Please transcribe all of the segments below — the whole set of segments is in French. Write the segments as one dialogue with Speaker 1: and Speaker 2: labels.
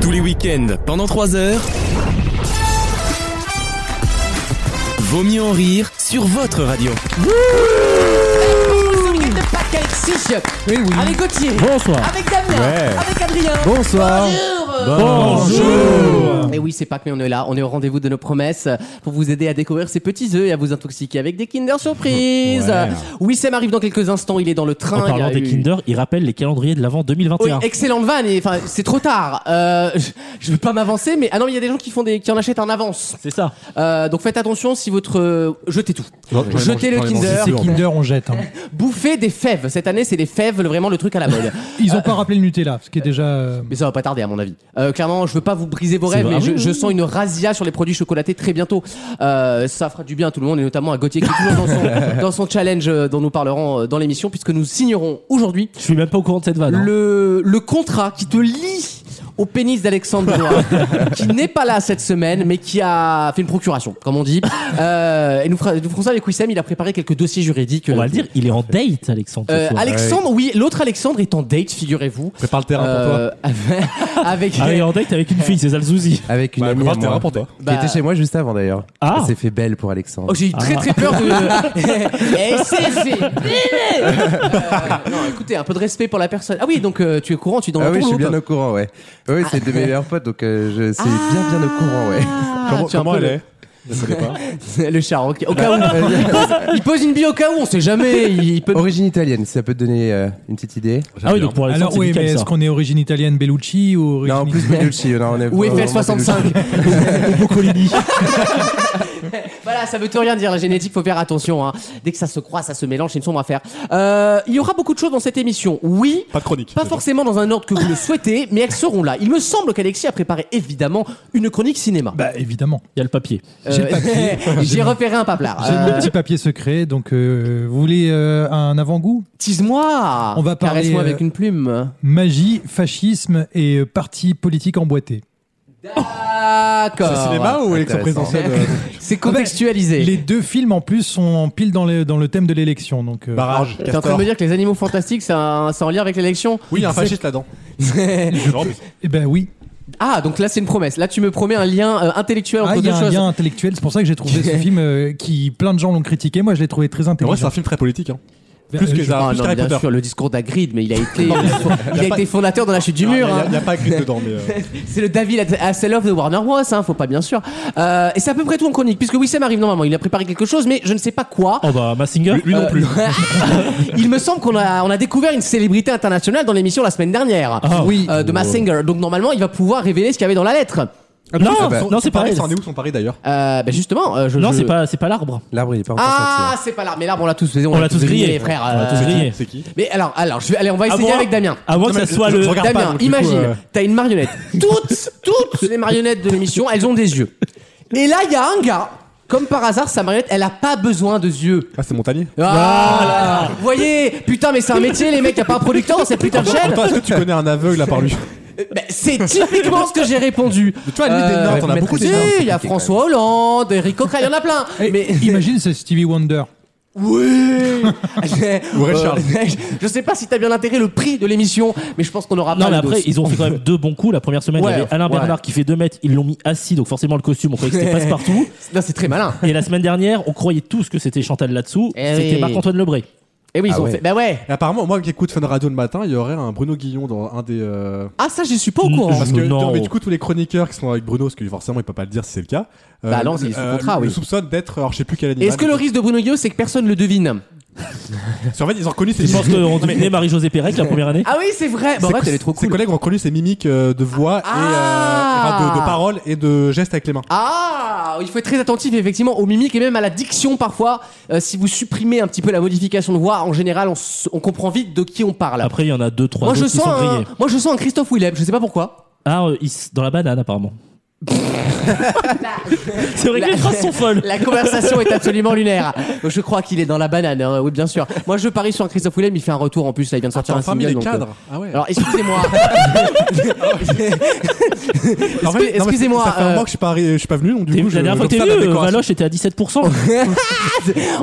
Speaker 1: Tous les week-ends, pendant 3 heures. Vaut mieux en rire sur votre radio.
Speaker 2: minutes de Pacalexis
Speaker 3: Eh
Speaker 2: avec Gauthier,
Speaker 4: Bonsoir.
Speaker 2: avec Damien,
Speaker 4: Ouais.
Speaker 2: avec Adrien.
Speaker 4: Bonsoir. Oh,
Speaker 5: Oh.
Speaker 2: Et Eh oui, c'est Pâques, mais on est là, on est au rendez-vous de nos promesses pour vous aider à découvrir ces petits œufs et à vous intoxiquer avec des Kinder Surprise.
Speaker 4: Ouais.
Speaker 2: Oui, Sam arrive dans quelques instants, il est dans le train. il
Speaker 3: En
Speaker 2: y
Speaker 3: parlant
Speaker 2: a
Speaker 3: des
Speaker 2: eu-
Speaker 3: Kinder, il rappelle les calendriers de l'avant
Speaker 2: Oui,
Speaker 3: 2021.
Speaker 2: excellente vanne, et enfin, c'est trop tard. Euh, je, je veux pas m'avancer, mais ah non, mais il y a des gens qui font des, qui en achètent en avance.
Speaker 3: c'est ça.
Speaker 2: Euh, donc faites attention si votre, euh, jetez tout, jetez le Kinder,
Speaker 4: C'est Kinder, on jette. hein.
Speaker 2: bouffez des fèves. Cette année, c'est les fèves, vraiment le truc à la mode.
Speaker 6: Ils ont pas rappelé le Nutella, ce qui est déjà. euh,
Speaker 2: Mais ça va pas tarder à mon avis. Euh, clairement, je veux pas vous briser vos
Speaker 3: C'est
Speaker 2: rêves,
Speaker 3: vrai.
Speaker 2: mais je,
Speaker 3: Ah oui,
Speaker 2: je sens une razzia sur les produits chocolatés très bientôt. Euh, ça fera du bien à tout le monde et notamment à Gauthier qui est toujours dans son, dans son challenge euh, dont nous parlerons euh, dans l'émission puisque nous signerons aujourd'hui
Speaker 3: Je suis même pas au courant de cette vanne. hein.
Speaker 2: le, le contrat qui te lie au pénis d'Alexandre Doigt, qui n'est pas là cette semaine, mais qui a fait une procuration, comme on dit. Euh, et nous, fera- nous ferons ça avec Wissem, il a préparé quelques dossiers juridiques.
Speaker 3: On va le dire, il est en date, Alexandre. ce
Speaker 2: Euh,
Speaker 3: soir.
Speaker 2: Alexandre, oui, l'autre Alexandre est en date, figurez-vous.
Speaker 5: Prépare le terrain
Speaker 2: Euh, avec, avec-
Speaker 3: Ah, il est en date avec une fille, c'est ça le souci.
Speaker 1: Ah,
Speaker 5: Avec une
Speaker 4: Bah,
Speaker 5: amie
Speaker 4: prépare
Speaker 5: à
Speaker 4: le terrain
Speaker 5: moi,
Speaker 4: pour toi.
Speaker 5: Qui
Speaker 2: Bah-
Speaker 5: était chez moi juste avant d'ailleurs.
Speaker 3: Ah.
Speaker 5: Elle s'est fait belle pour Alexandre.
Speaker 2: Oh, j'ai eu très très peur de. Eh, c'est fait bêler Euh, Non, écoutez, un peu de respect pour la personne. Ah oui, donc euh, tu es au courant, tu es dans
Speaker 5: ah
Speaker 2: le
Speaker 5: oui, je
Speaker 2: tour
Speaker 5: suis bien
Speaker 2: loop.
Speaker 5: au courant, ouais. Ah Oui, c'est de mes meilleurs potes, donc euh, je c'est bien bien au courant, ouais.
Speaker 2: Ah,
Speaker 4: comment
Speaker 2: tu es un
Speaker 4: comment
Speaker 2: peu
Speaker 4: elle
Speaker 2: le-
Speaker 4: est Je sais pas.
Speaker 2: Le char, ok. Au cas où. il, pose, il pose une bille au cas où, on sait jamais. Il, il peut.
Speaker 5: Origine italienne, si ça peut te donner euh, une petite idée.
Speaker 3: Ah oui, donc pour Alexandre,
Speaker 6: Alors,
Speaker 3: c'est
Speaker 6: oui, mais
Speaker 3: nickel
Speaker 6: est-ce
Speaker 3: ça.
Speaker 6: qu'on est origine italienne Bellucci ou origine
Speaker 5: Non, en plus Bellucci, non, on est
Speaker 2: Ou
Speaker 5: vraiment Bellucci.
Speaker 2: FL65.
Speaker 5: oh,
Speaker 3: Boccolini.
Speaker 2: Voilà, ça veut tout rien dire, la génétique, faut faire attention. hein. Dès que ça se croise, ça se mélange, c'est une sombre affaire. Euh, il y aura beaucoup de choses dans cette émission. Oui,
Speaker 4: Pas de chronique.
Speaker 2: Pas forcément dans un ordre que vous le souhaitez, mais elles seront là. Il me semble qu'Alexis a préparé évidemment une chronique cinéma. Euh,
Speaker 6: Bah, évidemment.
Speaker 3: Il y a le papier.
Speaker 6: Bah, j'ai le papier.
Speaker 2: J'ai repéré un paplard.
Speaker 6: J'ai mon
Speaker 2: Euh,
Speaker 6: petit papier secret, donc euh, vous voulez euh, un avant-goût
Speaker 2: Tease-moi.
Speaker 6: On va parler,
Speaker 2: Caresse-moi
Speaker 6: euh,
Speaker 2: avec une plume.
Speaker 6: Magie, fascisme et euh, parti politique emboîté.
Speaker 4: C'est
Speaker 2: D'accord.
Speaker 4: cinéma ou élection
Speaker 5: Intéressant.
Speaker 4: présidentielle euh,
Speaker 2: C'est contextualisé.
Speaker 6: Ah ben, Les deux films en plus sont pile dans le, dans le thème de l'élection, donc. euh,
Speaker 4: Barrage.
Speaker 2: T'es en train de
Speaker 4: Castor.
Speaker 2: me dire que les animaux fantastiques, c'est un- c'est en lien avec l'élection
Speaker 4: Oui, il y a un fasciste là-dedans.
Speaker 6: eh ben oui.
Speaker 2: Ah, donc là, c'est une promesse. Là, tu me promets un lien euh, intellectuel entre
Speaker 6: Ah, il y
Speaker 2: deux
Speaker 6: a un
Speaker 2: choses.
Speaker 6: lien intellectuel, c'est pour ça que j'ai trouvé ce film euh, qui plein de gens l'ont critiqué. Moi, je l'ai trouvé très
Speaker 4: En
Speaker 6: intelligent.
Speaker 4: vrai, c'est un film très politique. Hein.
Speaker 6: Euh,
Speaker 4: Plus que
Speaker 6: je-
Speaker 4: ça,
Speaker 2: Ah,
Speaker 4: plus
Speaker 2: non,
Speaker 4: qu'Harry
Speaker 2: bien
Speaker 4: Potter.
Speaker 2: sûr, le discours d'Agrid, mais il a été, il a
Speaker 4: pas-
Speaker 2: été fondateur de la chute du
Speaker 4: Il y
Speaker 2: mur.
Speaker 4: a-
Speaker 2: hein.
Speaker 4: il n'y a pas écrit dedans, mais. euh,
Speaker 2: C'est le David Hasselhoff de Warner Bros. Hein, faut pas bien sûr. Euh, et c'est à peu près tout en chronique, puisque Wissem arrive normalement. Il a préparé quelque chose, mais je ne sais pas quoi.
Speaker 3: Oh bah, Massinger.
Speaker 4: Lui non
Speaker 2: Euh,
Speaker 4: plus.
Speaker 2: Il me semble qu'on a, on a découvert une célébrité internationale dans l'émission la semaine dernière.
Speaker 3: Ah.
Speaker 2: oui. de Massinger. Donc normalement, il va pouvoir révéler ce qu'il y avait dans la lettre.
Speaker 3: Non,
Speaker 5: Ah bah,
Speaker 3: non, c'est pas
Speaker 4: pareil.
Speaker 3: elle.
Speaker 4: C'en est où son pari d'ailleurs
Speaker 2: Euh, ben justement, euh, je,
Speaker 3: Non,
Speaker 2: je-
Speaker 3: c'est pas, c'est pas l'arbre.
Speaker 5: L'arbre, il est pas encore
Speaker 2: Ah,
Speaker 5: sorti. hein.
Speaker 2: c'est pas l'arbre. Mais l'arbre, on l'a tous, on
Speaker 3: On
Speaker 2: l'a
Speaker 3: l'a tous grillé.
Speaker 2: les frères.
Speaker 3: On l'a tous
Speaker 2: euh,
Speaker 3: grillé.
Speaker 4: C'est qui
Speaker 2: Mais alors, alors, je vais, allez, on va
Speaker 3: À
Speaker 2: essayer
Speaker 3: moins-
Speaker 2: avec Damien.
Speaker 3: À moins
Speaker 4: Non,
Speaker 3: que ça
Speaker 4: mais
Speaker 3: soit
Speaker 4: je-
Speaker 3: le.
Speaker 4: je regarde pas,
Speaker 2: Damien,
Speaker 4: donc, du coup,
Speaker 2: imagine,
Speaker 4: euh,
Speaker 2: t'as une marionnette. Toutes, toutes les marionnettes de l'émission, elles ont des yeux. Et là, il y a un gars, comme par hasard, sa marionnette, elle a pas besoin de yeux.
Speaker 4: Ah, c'est Montagnier.
Speaker 2: Ah, Vous voyez, putain, mais c'est un métier, les mecs, y a pas un producteur dans cette putain de chaîne.
Speaker 4: Attends, est-ce que tu connais un aveugle à part lui
Speaker 2: Ben, c'est typiquement ce que j'ai répondu. Euh,
Speaker 4: Tu vois, lui, des Nords, on a
Speaker 5: mettre
Speaker 4: beaucoup
Speaker 5: les
Speaker 4: des
Speaker 2: Si,
Speaker 4: Nords.
Speaker 2: il y a François Hollande, Eric Coquerel, il y en a plein.
Speaker 6: Eh,
Speaker 2: Mais
Speaker 6: Imagine, c'est Stevie Wonder.
Speaker 2: oui.
Speaker 4: Ou Ray Charles.
Speaker 2: je sais pas si t'as bien intégré le prix de l'émission, mais je pense qu'on aura pas
Speaker 3: Non, mais
Speaker 2: le
Speaker 3: après,
Speaker 2: dos.
Speaker 3: ils ont fait quand même deux bons coups. La première semaine,
Speaker 2: Ouais,
Speaker 3: il y avait Alain
Speaker 2: ouais.
Speaker 3: Bernard qui fait 2 mètres. Ils l'ont mis assis, donc forcément, le costume, on croyait que c'était passe-partout.
Speaker 2: Non, c'est très malin.
Speaker 3: Et la semaine dernière, on croyait tous que c'était Chantal là-dessous.
Speaker 2: Eh
Speaker 3: C'était
Speaker 2: oui.
Speaker 3: Marc-Antoine Lebré.
Speaker 2: Et oui, ils
Speaker 5: Ah
Speaker 2: ont
Speaker 5: ouais.
Speaker 2: fait. Bah ouais.
Speaker 4: Et apparemment, moi qui écoute Fun Radio le matin, il y aurait un Bruno Guillon dans un des. euh,
Speaker 2: Ah, ça, je suis pas au courant.
Speaker 4: Parce que
Speaker 3: Non.
Speaker 4: non, mais du coup, tous les chroniqueurs qui sont avec Bruno, parce que forcément, il peut pas le dire si c'est le cas. euh,
Speaker 2: Bah non, c'est
Speaker 4: le-
Speaker 2: sous contrat,
Speaker 4: le
Speaker 2: oui.
Speaker 4: soupçonne d'être, alors je sais plus quel
Speaker 2: Et
Speaker 4: animal.
Speaker 2: Est-ce que le risque de Bruno Guillaume, c'est que personne le devine
Speaker 4: En fait, ils ont reconnu ses
Speaker 3: Je pense
Speaker 4: mimiques.
Speaker 3: qu'on devinait Marie-Josée Pérec la première année.
Speaker 2: Ah oui, c'est vrai. Bah,
Speaker 4: ses-
Speaker 2: en fait, elle est trop
Speaker 4: Ses
Speaker 2: cool.
Speaker 4: collègues ont reconnu ses mimiques euh, de voix
Speaker 2: Ah.
Speaker 4: et euh, enfin, de, de paroles et de gestes avec les mains.
Speaker 2: Ah, il faut être très attentif effectivement aux mimiques et même à la diction parfois. Euh, si vous supprimez un petit peu la modification de voix, en général, on, s- on comprend vite de qui on parle.
Speaker 3: Après, il y en a deux, trois
Speaker 2: moi,
Speaker 3: autres
Speaker 2: je
Speaker 3: qui
Speaker 2: sens
Speaker 3: sont
Speaker 2: un,
Speaker 3: grillés.
Speaker 2: moi, je sens un Christophe Willem. Je sais pas pourquoi.
Speaker 3: Ah, euh, il s- dans la banane, apparemment. C'est vrai que
Speaker 2: La-
Speaker 3: les phrases sont folles.
Speaker 2: La conversation est absolument lunaire. Je crois qu'il est dans la banane. hein. Oui, bien sûr. Moi, je parie sur un Christophe Willem. Il fait un retour en plus. Là, il vient de sortir
Speaker 4: Attends,
Speaker 2: un
Speaker 4: parmi
Speaker 2: single.
Speaker 4: les
Speaker 2: donc, euh,
Speaker 4: cadres. Ah ouais.
Speaker 2: Alors, excusez-moi.
Speaker 4: En fait, non, mais
Speaker 2: Euh, excusez-moi,
Speaker 4: Ça fait un
Speaker 2: euh,
Speaker 4: moment que je suis pas, arri- je suis pas venu, donc du
Speaker 3: T'as
Speaker 4: coup,
Speaker 3: vu,
Speaker 4: je.
Speaker 3: la dernière fois que
Speaker 4: donc ça,
Speaker 3: t'es
Speaker 4: la
Speaker 3: venu, euh,
Speaker 4: décoration.
Speaker 3: Valoche était à 17%.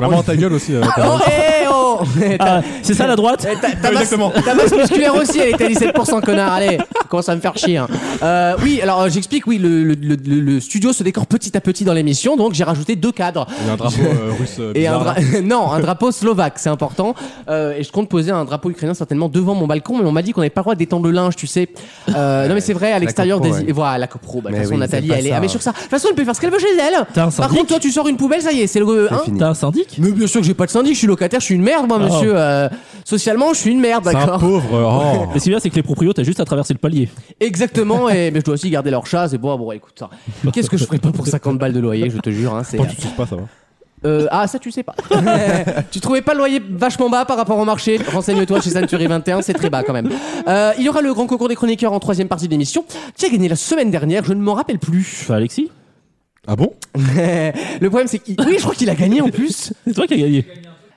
Speaker 4: Maman, ta gueule aussi. euh,
Speaker 2: Oh,
Speaker 4: t'as-
Speaker 2: hé oh
Speaker 3: Ah, c'est ça la droite
Speaker 2: Eh, ta, ta masse,
Speaker 7: Exactement.
Speaker 2: ta masse musculaire aussi, elle était à 17%, connard. Allez, commence à me faire chier. hein. Euh, oui, alors euh, j'explique. Oui, le, le- le- le- le studio se décore petit à petit dans l'émission, donc j'ai rajouté deux cadres.
Speaker 7: Il y a un drapeau euh, russe. euh,
Speaker 2: Et un
Speaker 7: bizarre.
Speaker 2: dra- non, un drapeau slovaque, c'est important. Euh, et je compte poser un drapeau ukrainien certainement devant mon balcon, mais on m'a dit qu'on n'avait pas le droit d'étendre le linge, tu sais. Euh, non, mais c'est vrai, à l'extérieur des.
Speaker 5: copro, ouais.
Speaker 2: Voilà, la copro. Bah, de toute
Speaker 5: Mais
Speaker 2: façon,
Speaker 5: oui, c'est
Speaker 2: Nathalie,
Speaker 5: pas
Speaker 2: elle est.
Speaker 5: ça.
Speaker 2: Ah, mais sur ça. De toute façon, elle peut faire ce qu'elle veut chez elle.
Speaker 3: T'as un
Speaker 2: Par
Speaker 3: syndic
Speaker 2: contre, toi, tu sors une poubelle, ça y est, c'est le. hein
Speaker 5: fini.
Speaker 3: T'as un syndic
Speaker 2: mais bien sûr que j'ai pas de syndic, je suis locataire, je suis une merde, moi,
Speaker 3: Ah.
Speaker 2: monsieur. Euh, socialement, je suis une merde,
Speaker 7: C'est un
Speaker 2: d'accord.
Speaker 7: pauvre. oh.
Speaker 3: Mais ce qui est bien, c'est que les proprios, t'as juste à traverser le palier.
Speaker 2: Exactement, et mais je dois aussi garder leur chat, c'est bon, ah bon, écoute ça. Qu'est-ce que je ferais pas pour 50 balles de loyer, je te jure, hein, c'est.
Speaker 7: Tant que tu te souviens pas, ça va.
Speaker 2: Euh, ah, ça, tu sais pas. tu trouvais pas le loyer vachement bas par rapport au marché Renseigne-toi chez Century 21, c'est très bas quand même. Euh, il y aura le grand concours des chroniqueurs en troisième partie de l'émission, qui a gagné la semaine dernière, je ne m'en rappelle plus.
Speaker 3: Enfin, Alexis,
Speaker 7: Ah bon
Speaker 2: le problème, c'est qu'il. Oui, je crois qu'il a gagné en plus.
Speaker 3: c'est toi qui as gagné.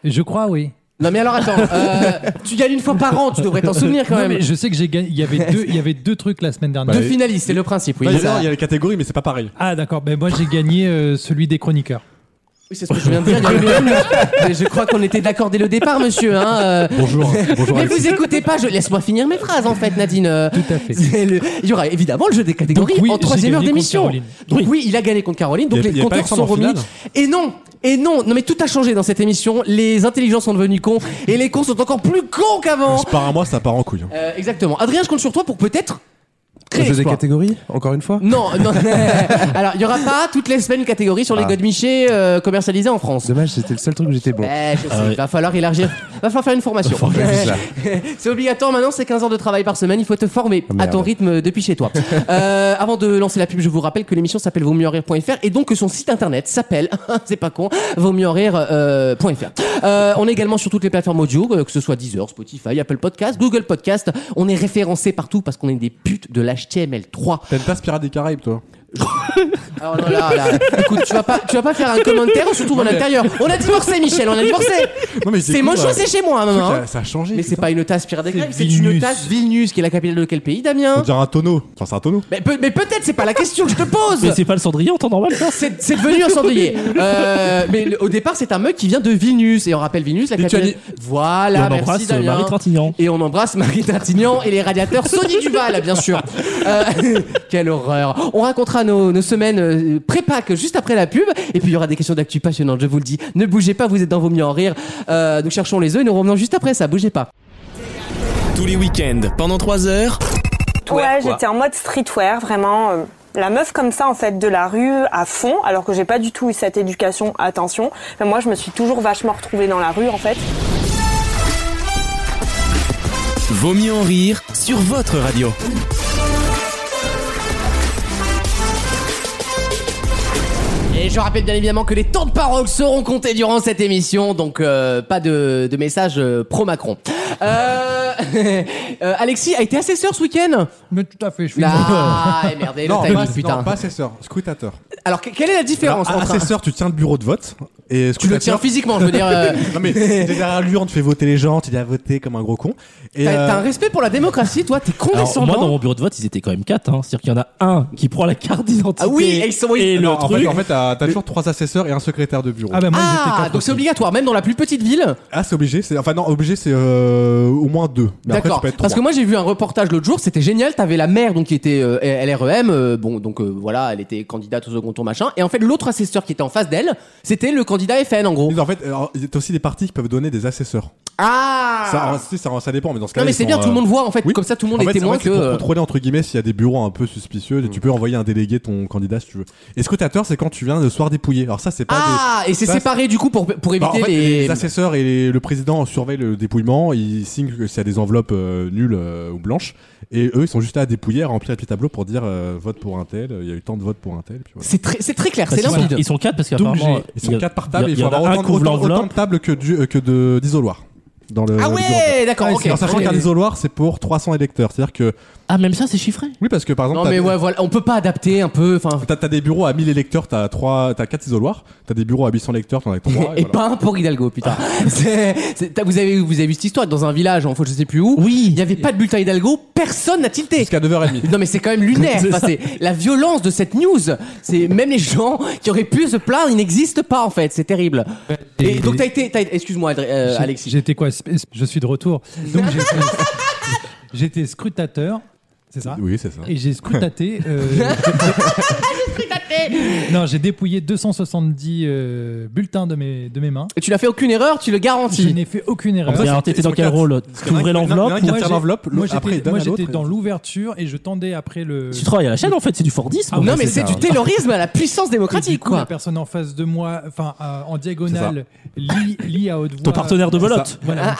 Speaker 6: Je crois, oui.
Speaker 2: Non, mais alors attends, euh, tu gagnes une fois par an, tu devrais t'en souvenir quand
Speaker 6: Non,
Speaker 2: même.
Speaker 6: mais je sais que j'ai gagné. Il y avait deux, il y avait deux trucs la semaine dernière.
Speaker 2: Deux finalistes, c'est le principe, oui.
Speaker 7: Bah,
Speaker 2: Ça-
Speaker 7: non, Il y a les catégories, mais c'est pas pareil.
Speaker 6: Ah d'accord. Ben moi j'ai gagné euh, celui des chroniqueurs.
Speaker 2: Oui, c'est ce que je viens de dire. il y a une minute. Mais je crois qu'on était d'accord dès le départ, monsieur. Hein. euh.
Speaker 7: Bonjour. Bonjour.
Speaker 2: Mais
Speaker 7: Alex.
Speaker 2: vous écoutez pas, je... laisse-moi finir mes phrases en fait, Nadine. euh.
Speaker 6: Tout à fait.
Speaker 2: C'est le- Il y aura évidemment le jeu des catégories
Speaker 6: Donc oui,
Speaker 2: en troisième
Speaker 6: j'ai
Speaker 2: heure
Speaker 6: gagné
Speaker 2: d'émission.
Speaker 6: contre Caroline.
Speaker 2: Donc oui. il a gagné contre Caroline, donc
Speaker 7: Il y a- il
Speaker 2: les
Speaker 7: y a pas
Speaker 2: compteurs sont
Speaker 7: Alexandre en
Speaker 2: remis.
Speaker 7: finale
Speaker 2: Et non, et non, non mais tout a changé dans cette émission. Les intelligents sont devenus cons et les cons sont encore plus cons qu'avant.
Speaker 7: Ça part à moi, ça part en couille. hein.
Speaker 2: Euh, exactement. Adrien, je compte sur toi pour peut-être créer
Speaker 5: Je fais des
Speaker 2: l'exploit.
Speaker 5: catégories, encore une fois
Speaker 2: Non, non. Alors, il y aura pas toutes les semaines une catégorie sur les
Speaker 5: Ah.
Speaker 2: godemichés euh, commercialisés en France.
Speaker 5: Dommage, c'était le seul truc où j'étais bon.
Speaker 2: Eh, je sais,
Speaker 3: Ah ouais.
Speaker 2: va falloir élargir, va falloir faire une formation.
Speaker 5: C'est ça.
Speaker 2: c'est obligatoire maintenant, c'est 15 heures de travail par semaine, il faut te former
Speaker 5: Ah,
Speaker 2: à
Speaker 5: merde.
Speaker 2: ton rythme depuis chez toi. Euh, avant de lancer la pub, je vous rappelle que l'émission s'appelle vaut mieux en rire.fr et donc que son site internet s'appelle, c'est pas con, vaut mieux en rire.fr. Euh, on est également sur toutes les plateformes audio, euh, que ce soit Deezer, Spotify, Apple Podcast, Google Podcast. On est référencé partout parce qu'on est des putes de l'HTML3.
Speaker 7: T'aimes pas ce pirate des Caraïbes, toi
Speaker 2: Alors non, Oh là, là, écoute, tu vas pas, tu vas pas faire un commentaire, on se trouve à l'intérieur. On a divorcé, Michel, on a divorcé.
Speaker 7: Non, mais
Speaker 2: C'est
Speaker 7: cool,
Speaker 2: moche, hein.
Speaker 7: ouais.
Speaker 2: c'est chez moi, maman.
Speaker 7: Ça, ça a changé.
Speaker 2: Mais c'est
Speaker 7: putain.
Speaker 2: pas une tasse Pirates des Caraïbes, c'est une
Speaker 6: Vilnius.
Speaker 2: tasse Vilnius, qui est la capitale de quel pays,
Speaker 7: On
Speaker 2: Damien
Speaker 7: dirait un tonneau. Enfin, c'est un tonneau.
Speaker 2: Mais, peut- mais peut-être, c'est pas la question que je te pose
Speaker 3: Mais c'est pas le cendrier en temps normal, ça
Speaker 2: C'est c'est devenu un cendrier. Euh, mais le- au départ, c'est un mec qui vient de Vilnius. Et on rappelle Vilnius, la capitale.
Speaker 7: Lituanie.
Speaker 3: Et
Speaker 2: Voilà,
Speaker 3: on
Speaker 2: merci
Speaker 3: embrasse euh,
Speaker 2: Damien.
Speaker 3: Marie Trintignant.
Speaker 2: Et on embrasse Marie Tartignan et les radiateurs Sony Duval, bien sûr. Euh, quelle horreur. On racontera nos, nos semaines euh, pré-Pâques juste après la pub. Et puis il y aura des questions d'actu passionnantes, je vous le dis. Ne bougez pas, vous êtes dans vos mieux en rire. Euh, nous cherchons les œufs et nous revenons juste après ça. Bougez pas.
Speaker 1: Tous les week-ends, pendant 3 heures.
Speaker 8: Ouais, j'étais en mode streetwear, vraiment. euh, La meuf comme ça, en fait, de la rue à fond, alors que j'ai pas du tout eu cette éducation, attention. Mais moi, je me suis toujours vachement retrouvée dans la rue, en fait.
Speaker 1: Vaut mieux en rire sur votre radio.
Speaker 2: Et je rappelle bien évidemment que les temps de parole seront comptés durant cette émission, donc euh, pas de, de message euh, pro-Macron. Euh, euh, Alexis a été assesseur ce week-end
Speaker 6: Mais tout à fait. Je suis.
Speaker 2: Ah, eh merde, eh, le timing,
Speaker 7: pas,
Speaker 2: putain.
Speaker 7: non, pas Ah, assesseur, scrutateur.
Speaker 2: Alors, que- quelle est la différence
Speaker 7: Alors,
Speaker 2: entre un-
Speaker 7: assesseur, tu tiens le bureau de vote. Et
Speaker 2: Tu le tiens
Speaker 7: scrutateur-
Speaker 2: physiquement, je veux dire. euh,
Speaker 7: Non, mais t'es derrière lui, on te fait voter les gens, tu dis à voter comme un gros con. Et
Speaker 2: T'as
Speaker 7: euh,
Speaker 2: t'as un respect pour la démocratie, toi, t'es
Speaker 3: Alors,
Speaker 2: condescendant.
Speaker 3: moi, dans mon bureau de vote, ils étaient quand même quatre. Hein. C'est-à-dire qu'il y en a un qui prend la carte d'identité.
Speaker 2: Ah oui, et ils sont-
Speaker 3: et le
Speaker 7: non, en
Speaker 3: truc. bah.
Speaker 7: fait, en fait, t'as t'as toujours trois assesseurs et un secrétaire de bureau.
Speaker 6: Ah ben moi ils étaient
Speaker 2: ah,
Speaker 6: quatre
Speaker 2: donc c'est
Speaker 6: aussi.
Speaker 2: obligatoire, même dans la plus petite ville.
Speaker 7: Ah, c'est obligé. c'est- Enfin, non, obligé, c'est euh, au moins deux. Mais après, tu
Speaker 2: D'accord.
Speaker 7: peux être
Speaker 2: Parce que
Speaker 7: trois.
Speaker 2: moi j'ai vu un reportage l'autre jour, c'était génial. T'avais la mère donc qui était euh, LREM, euh, bon donc euh, voilà, elle était candidate au second tour machin. Et en fait l'autre assesseur qui était en face d'elle, c'était le candidat FN en gros.
Speaker 7: Mais en fait, alors, il y a aussi des partis qui peuvent donner des assesseurs.
Speaker 2: Ah.
Speaker 7: Ça, alors, si, ça, ça dépend, mais dans ce cas
Speaker 2: non mais c'est bien,
Speaker 7: euh,
Speaker 2: tout le monde voit en fait.
Speaker 7: Oui.
Speaker 2: Comme ça tout le
Speaker 7: En
Speaker 2: monde
Speaker 7: fait,
Speaker 2: est témoin
Speaker 7: en fait,
Speaker 2: que.
Speaker 7: c'est pour
Speaker 2: euh, Mm.
Speaker 7: contrôler entre guillemets s'il y a des bureaux un peu suspicieux, et tu peux envoyer un délégué ton candidat si tu veux. Et scrutateur, c'est quand tu viens le soir dépouiller. Alors ça, c'est pas des-
Speaker 2: Ah et c'est
Speaker 7: ça,
Speaker 2: séparé du coup pour pour
Speaker 7: Bah, en
Speaker 2: éviter
Speaker 7: fait, les...
Speaker 2: les.
Speaker 7: assesseurs et les- le président surveillent le dépouillement, ils signent que s'il y a des enveloppes euh, nulles euh, ou blanches, et eux ils sont juste là à dépouiller, à remplir les petits tableaux pour dire euh, vote pour un tel, il y a eu tant de votes pour un tel. et puis voilà.
Speaker 2: C'est très c'est très clair,
Speaker 3: Parce
Speaker 2: c'est
Speaker 3: qu'ils sont-
Speaker 2: limpide.
Speaker 3: Ils sont quatre parce
Speaker 7: Donc
Speaker 3: qu'apparemment. euh,
Speaker 7: j'ai- ils
Speaker 3: il y
Speaker 7: sont
Speaker 3: a-
Speaker 7: quatre par table,
Speaker 3: il
Speaker 7: et
Speaker 3: y
Speaker 7: il faut
Speaker 3: en a
Speaker 7: avoir
Speaker 3: un
Speaker 7: autant,
Speaker 3: qui ouvre
Speaker 7: autant- autant
Speaker 3: l'enveloppe.
Speaker 7: de tables que du- euh, que de- d'isoloir. Dans le,
Speaker 2: Ah
Speaker 7: le bureau de vote.
Speaker 2: ouais, d'accord,
Speaker 6: Ouais,
Speaker 2: ok.
Speaker 6: c'est
Speaker 7: Alors, sachant
Speaker 2: Ok.
Speaker 7: qu'un isoloir, c'est pour 300 électeurs. C'est-à-dire que.
Speaker 3: Ah, même ça, c'est chiffré.
Speaker 7: Oui, parce que par exemple.
Speaker 2: Non
Speaker 7: t'as
Speaker 2: mais
Speaker 7: des-
Speaker 2: ouais, voilà, on peut pas adapter un peu, enfin,
Speaker 7: T'as t'as des bureaux à 1000 électeurs, t'as trois, t'as 4 isoloirs, t'as des bureaux à 800 lecteurs, t'en as 3.
Speaker 2: et pas un pour Hidalgo, putain. C'est- c'est- t'as- vous avez vous avez vu cette histoire dans un village, en fait, je sais plus où.
Speaker 3: Oui.
Speaker 2: Il y avait pas de bulletin Hidalgo, personne n'a tilté.
Speaker 7: Jusqu'à 9h30.
Speaker 2: Non mais c'est quand même lunaire.
Speaker 3: C'est
Speaker 2: Enfin,
Speaker 3: ça.
Speaker 2: c'est la violence de cette news. C'est même les gens qui auraient pu se plaindre, ils n'existent pas en fait. C'est terrible. Et
Speaker 6: des-
Speaker 2: donc t'as été, t'as- excuse-moi Adrien- euh,
Speaker 6: J'ai-
Speaker 2: Alexis.
Speaker 6: J'étais quoi sp- Je suis de retour. Donc j'ai- j'étais scrutateur, c'est ça
Speaker 7: Oui, c'est ça.
Speaker 6: Et j'ai scrutaté. euh, non, j'ai dépouillé 270 euh, bulletins de mes, de mes mains.
Speaker 2: Et tu n'as fait aucune erreur, tu le
Speaker 6: Je
Speaker 2: garantis.
Speaker 6: n'ai fait aucune erreur.
Speaker 3: Et alors, t'étais dans quel
Speaker 7: quatre.
Speaker 3: rôle Tu ouvrais
Speaker 7: Il y en a
Speaker 3: l'enveloppe
Speaker 7: un qui
Speaker 6: Moi,
Speaker 7: tire
Speaker 6: j'ai-
Speaker 7: l'enveloppe,
Speaker 6: moi,
Speaker 7: l'autre,
Speaker 6: j'étais-
Speaker 7: après il donne
Speaker 6: moi,
Speaker 7: à l'autre.
Speaker 6: j'étais dans l'ouverture et je tendais après le.
Speaker 3: Tu travailles à la chaîne, en fait, c'est du Fordisme.
Speaker 6: Ah
Speaker 2: non
Speaker 6: ouais,
Speaker 2: mais
Speaker 6: c'est
Speaker 2: c'est
Speaker 6: ça,
Speaker 2: du
Speaker 6: ouais.
Speaker 2: taylorisme à la puissance
Speaker 6: Et du
Speaker 2: démocratique
Speaker 6: coup, La
Speaker 2: quoi.
Speaker 6: personne en face de moi, enfin euh, en diagonale, lit, lit à haute voix.
Speaker 3: Ton partenaire de belote.
Speaker 6: Voilà.